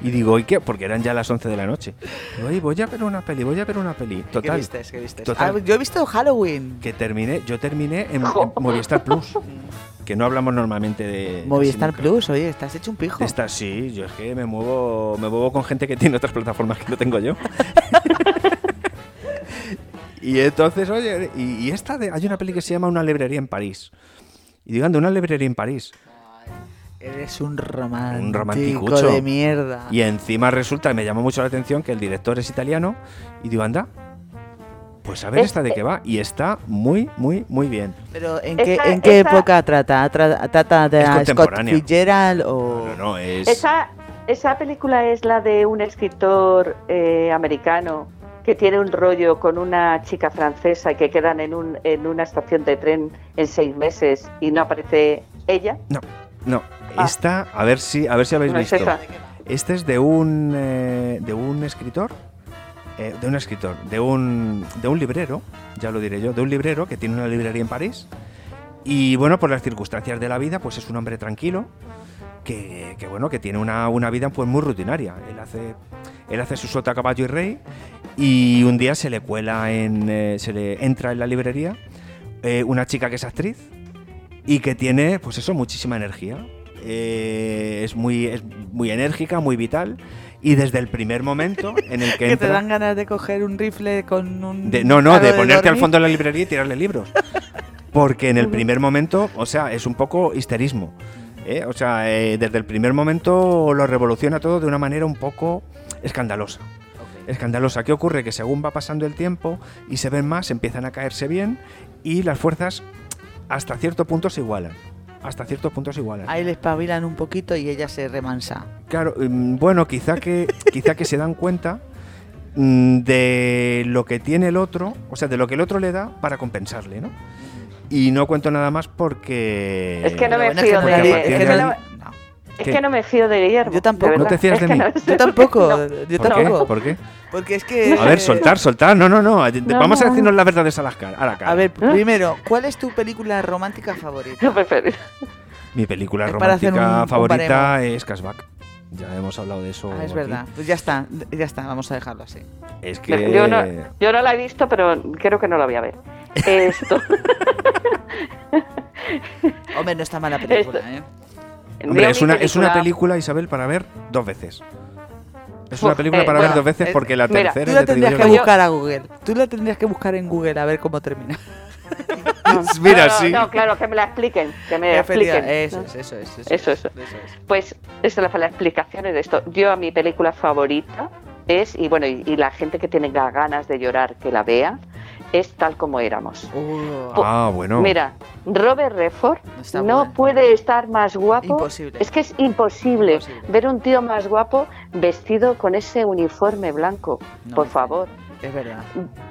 Speaker 2: y digo, ¿y qué? Porque eran ya las 11 de la noche. Digo, "Ay, voy a ver una peli, voy a ver una peli.
Speaker 1: ¿Qué
Speaker 2: Total,
Speaker 1: vistes? ¿Qué vistes?
Speaker 2: total.
Speaker 1: Ah, yo he visto Halloween.
Speaker 2: que terminé, yo terminé en, en Movistar Plus, que no hablamos normalmente de...
Speaker 1: Movistar
Speaker 2: casi nunca.
Speaker 1: Plus, oye, estás hecho un pijo.
Speaker 2: De esta sí, yo es que me muevo, me muevo con gente que tiene otras plataformas que no tengo yo. y entonces, oye, y, y esta de- hay una peli que se llama Una librería en París. Y digo, anda, una librería en París.
Speaker 1: Eres un romántico.
Speaker 2: romanticucho.
Speaker 1: de mierda.
Speaker 2: Y encima resulta, me llamó mucho la atención que el director es italiano y digo, anda, pues a ver
Speaker 4: Es-
Speaker 2: esta de qué va. Y está muy, muy, muy bien.
Speaker 1: Pero ¿en qué,
Speaker 4: Esa-
Speaker 1: en qué
Speaker 4: esa-
Speaker 1: época trata? ¿Tra- ¿Trata de
Speaker 2: Es
Speaker 1: a Scott
Speaker 2: contemporánea.
Speaker 1: Fitzgerald o...?
Speaker 2: No, no, es...
Speaker 4: Oh. Esa, esa película es la de un escritor eh, americano que tiene un rollo con una chica francesa y que quedan en, un, en una estación de tren en seis meses y no aparece ella.
Speaker 2: No,
Speaker 4: Ah.
Speaker 2: esta, a ver si, a ver si habéis
Speaker 4: No es
Speaker 2: visto.
Speaker 4: esa.
Speaker 2: Este es de un eh, de un escritor, eh, de un escritor, de un de un librero, ya lo diré yo, de un librero que tiene una librería en París. Y bueno, por las circunstancias de la vida, pues es un hombre tranquilo que, que, bueno, que tiene una, una vida pues muy rutinaria. Él hace él hace su sota caballo y rey y un día se le cuela en eh, se le entra en la librería eh, una chica que es actriz y que tiene, pues eso, muchísima energía. Eh, es, muy, es muy enérgica, muy vital. Y desde el primer momento en el que
Speaker 1: Que te
Speaker 2: entra.
Speaker 1: dan ganas de coger un rifle con un...
Speaker 2: de- no, no,
Speaker 1: palo
Speaker 2: de ponerte al
Speaker 1: dormir.
Speaker 2: fondo de la librería y tirarle libros. Porque en el primer momento, o sea, es un poco histerismo. ¿eh? O sea, eh, desde el primer momento lo revoluciona todo de una manera un poco escandalosa.
Speaker 1: Ok.
Speaker 2: escandalosa. ¿Qué ocurre? Que según va pasando el tiempo y se ven más, empiezan a caerse bien y las fuerzas hasta cierto punto se igualan. Hasta cierto punto se igualan.
Speaker 1: Ahí les espabilan un poquito y ella se remansa.
Speaker 2: Claro, mm, bueno, quizá que, quizá que se dan cuenta mm, de lo que tiene el otro, o sea, de lo que el otro le da para compensarle, ¿no? Y no cuento nada más porque...
Speaker 4: Es que no me
Speaker 1: Bueno, es que
Speaker 4: fío
Speaker 1: muy
Speaker 4: de
Speaker 1: bien,
Speaker 4: Guillermo.
Speaker 1: es
Speaker 4: Es
Speaker 1: que
Speaker 4: que
Speaker 1: no-
Speaker 4: no- es que no me fío de Guillermo.
Speaker 1: Yo tampoco.
Speaker 4: de
Speaker 1: No
Speaker 4: verdad.
Speaker 2: te fías
Speaker 4: Es
Speaker 2: de
Speaker 4: que
Speaker 2: mí.
Speaker 4: no me
Speaker 1: Yo
Speaker 4: fío.
Speaker 1: tampoco,
Speaker 4: No.
Speaker 1: yo
Speaker 2: ¿Por qué?
Speaker 1: tampoco.
Speaker 2: ¿Por qué?
Speaker 1: Porque es que.
Speaker 2: A ver, soltar, soltar. No, no, no. de- de-
Speaker 4: No,
Speaker 2: Vamos a
Speaker 4: no,
Speaker 2: decirnos la verdad de las caras. A la cara.
Speaker 1: A ver, primero, ¿cuál es tu película romántica favorita?
Speaker 4: Yo prefiero-
Speaker 2: Mi película
Speaker 1: es para hacer
Speaker 2: romántica
Speaker 1: un- un
Speaker 2: favorita
Speaker 1: baremo.
Speaker 2: es Cashback. Ya hemos hablado de eso.
Speaker 1: Ah, es
Speaker 2: aquí.
Speaker 1: verdad. Pues ya está, ya está, vamos a dejarlo así.
Speaker 2: Es que.
Speaker 4: Yo, no, yo no la he visto, pero creo que no la voy a ver. Esto.
Speaker 1: Hombre, no está mala película, ¿eh?
Speaker 2: Hombre,
Speaker 4: Veo
Speaker 2: es
Speaker 4: mi
Speaker 2: una, es una
Speaker 4: película-
Speaker 2: película, Isabel, para ver dos veces. Es una
Speaker 4: Uf,
Speaker 2: película
Speaker 4: eh,
Speaker 2: para ver
Speaker 4: bueno,
Speaker 2: dos
Speaker 1: eh,
Speaker 2: veces porque la
Speaker 4: mira,
Speaker 2: tercera.
Speaker 1: Tú
Speaker 2: ya
Speaker 1: la
Speaker 2: te digo
Speaker 1: tendrías que
Speaker 2: yo
Speaker 1: buscar a Google. Tú la tendrías que buscar en Google a ver cómo termina.
Speaker 2: Mira,
Speaker 4: No, no,
Speaker 2: sí.
Speaker 4: No, claro, que me la expliquen. Que me la
Speaker 1: Qué felicidad.
Speaker 4: expliquen.
Speaker 1: Eso es, eso es.
Speaker 4: Eso
Speaker 1: es,
Speaker 4: es.
Speaker 1: es.
Speaker 4: Pues esa fue la explicación de esto. Yo a mi película favorita es, y bueno, y, y la gente que tiene ga- ganas de llorar que la vea, es tal como éramos.
Speaker 1: Uh,
Speaker 2: Ah, bueno.
Speaker 4: Mira, Robert Redford
Speaker 1: No está
Speaker 4: Oh, no,
Speaker 1: buena.
Speaker 4: puede estar más guapo.
Speaker 1: Imposible.
Speaker 4: Es que es imposible,
Speaker 1: Imposible.
Speaker 4: ver un tío más guapo vestido con ese uniforme blanco.
Speaker 1: No,
Speaker 4: por
Speaker 1: no.
Speaker 4: favor.
Speaker 1: es verdad.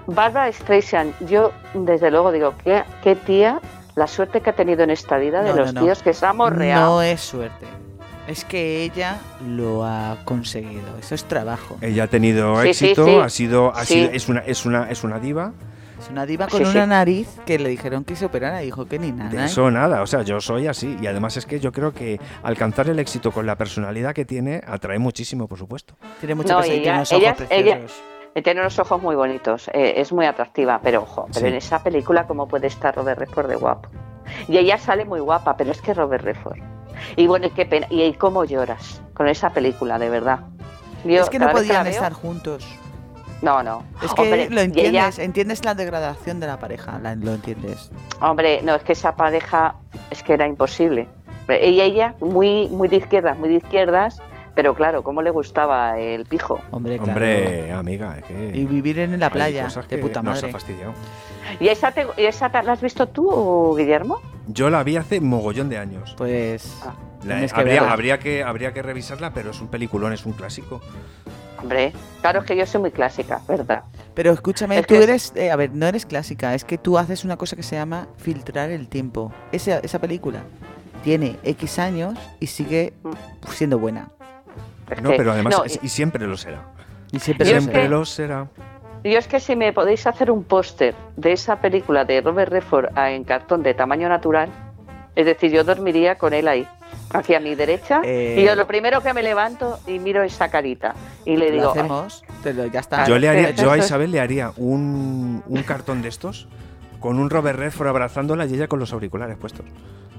Speaker 4: Barbara Streisand, yo desde luego digo, qué, qué tía, la suerte que ha tenido en esta vida de
Speaker 1: No,
Speaker 4: los
Speaker 1: no, no.
Speaker 4: tíos que se ha morreado.
Speaker 1: No es suerte. Es que ella lo ha conseguido. Eso es trabajo.
Speaker 2: Ella ha tenido
Speaker 4: Sí, sí,
Speaker 2: éxito,
Speaker 4: sí.
Speaker 2: ha sido, ha
Speaker 4: Sí.
Speaker 2: sido- es una, es una, es una diva.
Speaker 1: Es una diva con
Speaker 4: Sí, sí.
Speaker 1: una nariz que le dijeron que se operara y dijo que ni
Speaker 2: De
Speaker 1: nada. ¿eh?
Speaker 2: eso nada, o sea, yo soy así. Y además es que yo creo que alcanzar el éxito con la personalidad que tiene atrae muchísimo, por supuesto.
Speaker 1: Tiene mucha
Speaker 4: No,
Speaker 1: personalidad y tiene
Speaker 4: ella-
Speaker 1: unos ojos
Speaker 4: ella- ella-
Speaker 1: preciosos.
Speaker 4: Tiene unos ojos muy bonitos, eh, es muy atractiva, pero ojo, pero
Speaker 2: Sí.
Speaker 4: en esa película cómo puede estar Robert Redford de guapo. Y ella sale muy guapa, pero es que Robert Redford. Y bueno, y qué pena, y, y cómo lloras con esa película, de verdad. Yo,
Speaker 1: es que no
Speaker 4: cada vez la
Speaker 1: podían
Speaker 4: veo-
Speaker 1: estar juntos.
Speaker 4: No, no.
Speaker 1: Es que
Speaker 4: Hombre,
Speaker 1: lo
Speaker 4: y
Speaker 1: entiendes,
Speaker 4: ella-
Speaker 1: entiendes la degradación de la pareja, la- lo entiendes.
Speaker 4: Hombre, no, es que esa pareja es que era imposible. Ella, ella, muy, muy de izquierdas, muy de izquierdas, pero claro, ¿cómo le gustaba el pijo?
Speaker 1: Hombre, claro.
Speaker 2: Hombre, amiga, es que.
Speaker 1: Y vivir en la
Speaker 2: hay
Speaker 1: playa,
Speaker 2: cosas
Speaker 1: de
Speaker 2: que
Speaker 1: puta
Speaker 2: nos ha
Speaker 1: madre.
Speaker 2: fastidiado.
Speaker 4: ¿Y esa, te, y esa te- la has visto tú, Guillermo?
Speaker 2: Yo la vi hace mogollón de años.
Speaker 1: Pues
Speaker 4: Ah.
Speaker 2: La- eh,
Speaker 1: tienes que
Speaker 2: habría,
Speaker 1: verla.
Speaker 2: habría que, habría que revisarla, pero es un peliculón, es un clásico.
Speaker 4: Hombre, claro es que yo soy muy clásica, ¿verdad?
Speaker 1: Pero escúchame,
Speaker 4: Es
Speaker 1: tú
Speaker 4: que-
Speaker 1: eres, eh, a ver, no eres clásica, es que tú haces una cosa que se llama filtrar el tiempo. Esa, esa película tiene X años y sigue
Speaker 4: Mm.
Speaker 1: siendo buena.
Speaker 4: Es
Speaker 2: No,
Speaker 4: que-
Speaker 2: pero además,
Speaker 4: no,
Speaker 2: es- y siempre lo será.
Speaker 1: Y siempre
Speaker 4: Yo
Speaker 1: lo
Speaker 4: es
Speaker 2: siempre
Speaker 1: será.
Speaker 4: que-
Speaker 2: lo será.
Speaker 4: Yo es que si me podéis hacer un póster de esa película de Robert Redford a- en cartón de tamaño natural, es decir, yo dormiría con él ahí, aquí a mi derecha,
Speaker 1: Eh.
Speaker 4: y yo lo primero que me levanto y miro esa carita y le
Speaker 1: Lo
Speaker 4: digo,
Speaker 1: hacemos, te lo- ya está.
Speaker 2: Yo, le haría- yo a
Speaker 4: Eso es.
Speaker 2: Isabel le haría un, un cartón de estos con un Robert Redford abrazándola y ella con los auriculares puestos.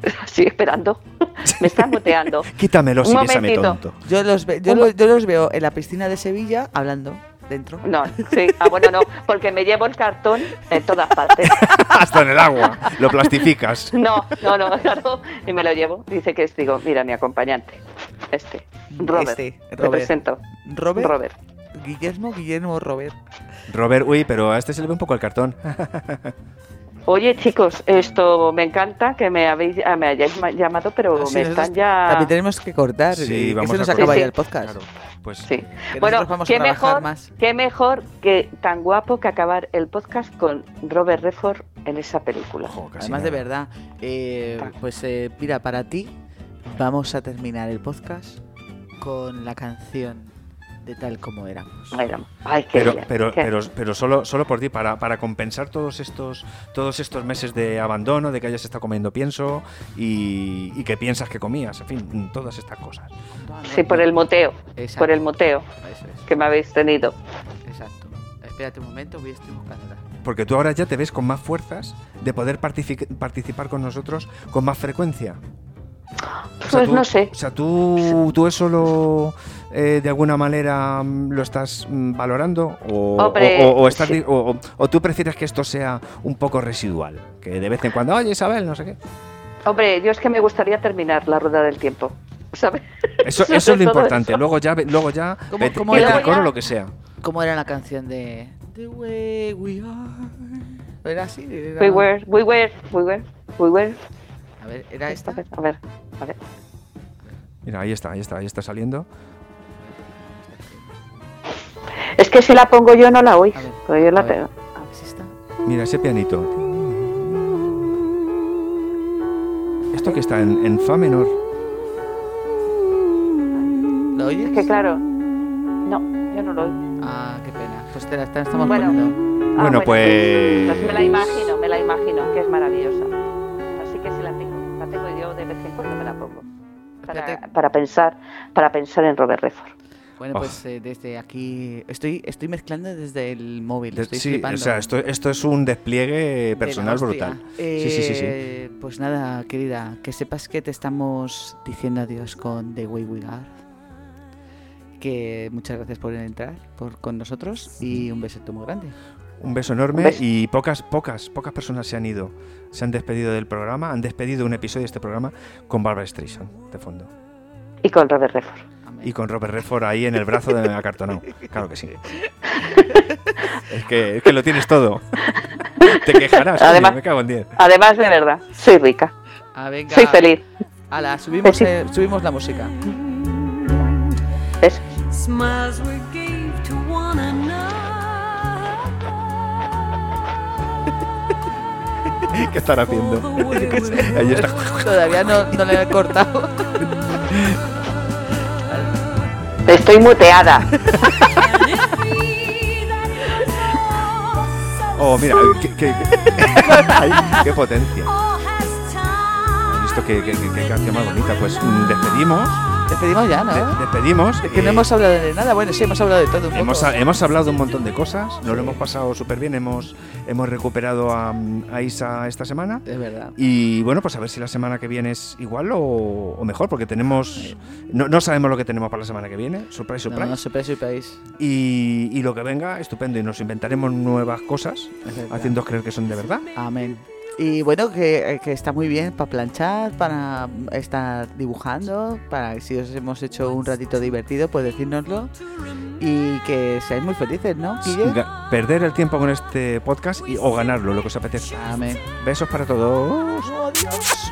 Speaker 4: "Ah, estoy esperando, me están muteando.
Speaker 2: Quítamelos
Speaker 4: Un
Speaker 2: y bésame
Speaker 4: momentito.
Speaker 2: tonto.
Speaker 1: Yo los, ve- yo,
Speaker 4: Un-
Speaker 1: lo- yo los veo en la piscina de Sevilla hablando dentro.
Speaker 4: No, sí, ah, bueno, no, porque me llevo el cartón en todas partes.
Speaker 2: Hasta en el agua. Lo plastificas.
Speaker 4: No, no, no, claro, y me lo llevo. Dice que es, digo, mira, mi acompañante, este, Robert,
Speaker 1: Este,
Speaker 4: te
Speaker 1: Robert.
Speaker 4: presento,
Speaker 1: Robert,
Speaker 4: Robert.
Speaker 1: Guillermo, Guillermo, Robert.
Speaker 2: Robert, uy, pero a este se le ve un poco el cartón.
Speaker 4: Oye, chicos, esto me encanta que me habéis ah, me hayáis ma- llamado, pero
Speaker 1: Ah, Sí,
Speaker 4: me
Speaker 1: nosotros
Speaker 4: están ya.
Speaker 1: También tenemos que cortar. eh, que se nos
Speaker 2: cortar.
Speaker 1: acaba ya
Speaker 4: Sí, Ah. sí.
Speaker 1: el podcast.
Speaker 2: Claro, pues
Speaker 4: Sí.
Speaker 1: Que
Speaker 4: Bueno,
Speaker 1: nosotros vamos a
Speaker 4: qué
Speaker 1: trabajar
Speaker 4: mejor,
Speaker 1: más.
Speaker 4: qué mejor que tan guapo que acabar el podcast con Robert Redford en esa película.
Speaker 2: ojo, casi
Speaker 1: Además, de
Speaker 2: nada.
Speaker 1: verdad, eh,
Speaker 4: Claro.
Speaker 1: pues eh, mira, para ti vamos a terminar el podcast con la canción de tal como éramos.
Speaker 4: Bueno, ay, qué
Speaker 2: Pero,
Speaker 4: bien,
Speaker 2: pero,
Speaker 4: qué-
Speaker 2: pero, pero solo, solo por ti, para, para compensar todos estos, todos estos meses de abandono, de que hayas estado comiendo pienso y, y que piensas que comías, en fin, todas estas cosas.
Speaker 4: sí, por el moteo,
Speaker 1: Exacto.
Speaker 4: por el moteo
Speaker 1: Eso es,
Speaker 4: que me habéis tenido.
Speaker 1: exacto. Espérate un momento, voy a estar buscándola.
Speaker 2: Porque tú ahora ya te ves con más fuerzas de poder partific- participar con nosotros con más frecuencia. O sea,
Speaker 4: Pues
Speaker 2: tú-
Speaker 4: no sé.
Speaker 2: O sea, tú, tú eso lo, eh, de alguna manera mm, lo estás mm, valorando o,
Speaker 4: Hombre,
Speaker 2: o- o- o estás
Speaker 4: sí.
Speaker 2: di- o- o- o tú prefieres que esto sea un poco residual, que de vez en cuando, oye Isabel, no sé qué.
Speaker 4: Hombre, yo es que me gustaría terminar la rueda del tiempo, ¿sabes?
Speaker 2: Eso, eso
Speaker 4: Sobre
Speaker 2: es lo
Speaker 4: todo
Speaker 2: importante.
Speaker 4: eso.
Speaker 2: Luego ya, ve- luego ya,
Speaker 1: ¿Cómo-
Speaker 2: vete,
Speaker 1: cómo
Speaker 2: vete
Speaker 1: era?
Speaker 2: al coro
Speaker 4: Ya.
Speaker 2: lo que sea.
Speaker 1: ¿Cómo era la canción de The Way We Are? Era así. Era...
Speaker 4: We were, we were, we were, we were.
Speaker 1: A ver, ¿era esta?
Speaker 4: A ver, a ver, a ver.
Speaker 2: Mira, ahí está, ahí está, ahí está saliendo.
Speaker 4: Es que si la pongo yo no la oís,
Speaker 1: A ver,
Speaker 4: pero yo
Speaker 1: a
Speaker 4: la
Speaker 1: ver.
Speaker 4: tengo.
Speaker 1: A ver si está.
Speaker 2: Mira ese pianito. Esto que está en, en fa menor.
Speaker 1: ¿Lo oyes?
Speaker 4: Mm, Es que claro, no, yo no lo oigo.
Speaker 1: Ah, qué pena. Pues te la te la estamos
Speaker 4: Bueno.
Speaker 1: poniendo.
Speaker 4: Ah,
Speaker 2: Bueno, pues-
Speaker 4: Me la imagino, me la imagino, que es maravillosa. Así que si la tengo, la tengo yo de vez en cuando me la pongo. Para,
Speaker 1: Espérate.
Speaker 4: para pensar, para pensar en Robert Redford.
Speaker 1: Bueno,
Speaker 2: Oh.
Speaker 1: pues eh, desde aquí estoy, estoy mezclando desde el móvil.
Speaker 2: De-
Speaker 1: estoy
Speaker 2: sí,
Speaker 1: flipando.
Speaker 2: o sea, esto, esto es un despliegue personal
Speaker 1: hostia.
Speaker 2: brutal. Sí, sí, sí, sí.
Speaker 1: Eh, Pues nada, querida, que sepas que te estamos diciendo adiós con The Way We Are. Que muchas gracias por entrar por, con nosotros y un beso muy grande.
Speaker 2: Un beso enorme
Speaker 4: Un beso.
Speaker 2: y pocas, pocas, pocas personas se han ido, se han despedido del programa, han despedido un episodio de este programa con Barbara Streisand de fondo
Speaker 4: Y con Robert Redford.
Speaker 1: Amén.
Speaker 2: y con Robert Redford ahí en el brazo de acartonado. Claro que sí. es, que, es que lo tienes todo. Te quejarás. coño,
Speaker 4: Además-
Speaker 2: me cago en 10.
Speaker 4: Además, de verdad, soy rica,
Speaker 1: Ah, venga.
Speaker 4: soy feliz.
Speaker 1: Ala, subimos, eh, subimos la música.
Speaker 4: Besos.
Speaker 6: Smiles we gave to one another.
Speaker 2: ¿Qué estará haciendo? Ahí está.
Speaker 1: Todavía no, no le he cortado.
Speaker 4: Estoy muteada.
Speaker 2: Oh, mira, qué, qué- qué- Ay, qué potencia. He visto que, que- que- que canción más bonita. Pues mm, despedimos,
Speaker 1: Despedimos ya, ¿no?
Speaker 2: de- despedimos.
Speaker 1: Es que no
Speaker 2: eh,
Speaker 1: hemos hablado de nada. Bueno, sí, hemos hablado de todo un
Speaker 2: Hemos, em-
Speaker 1: poco.
Speaker 2: hemos hablado un montón de cosas, nos lo hemos pasado súper bien, hemos, hemos recuperado a, mm, a Isa esta semana.
Speaker 1: Es verdad.
Speaker 2: Y bueno, pues a ver si la semana que viene es igual o, o mejor, porque tenemos. No, no sabemos lo que tenemos para la semana que viene. Surprise, surprise.
Speaker 1: No, no, surprise, surprise.
Speaker 2: Y, y lo que venga, estupendo. Y nos inventaremos nuevas cosas,
Speaker 1: Es verdad.
Speaker 2: haciendo creer que son de verdad.
Speaker 1: Amén. Y bueno, que, que está muy bien para planchar, para estar dibujando, para que si os hemos hecho un ratito divertido, pues decírnoslo. Y que seáis muy felices, ¿no, Guille?
Speaker 2: Ga- Perder el tiempo con este podcast y, o ganarlo, lo que os apetezca.
Speaker 1: Amén.
Speaker 2: Besos para todos.
Speaker 1: Adiós.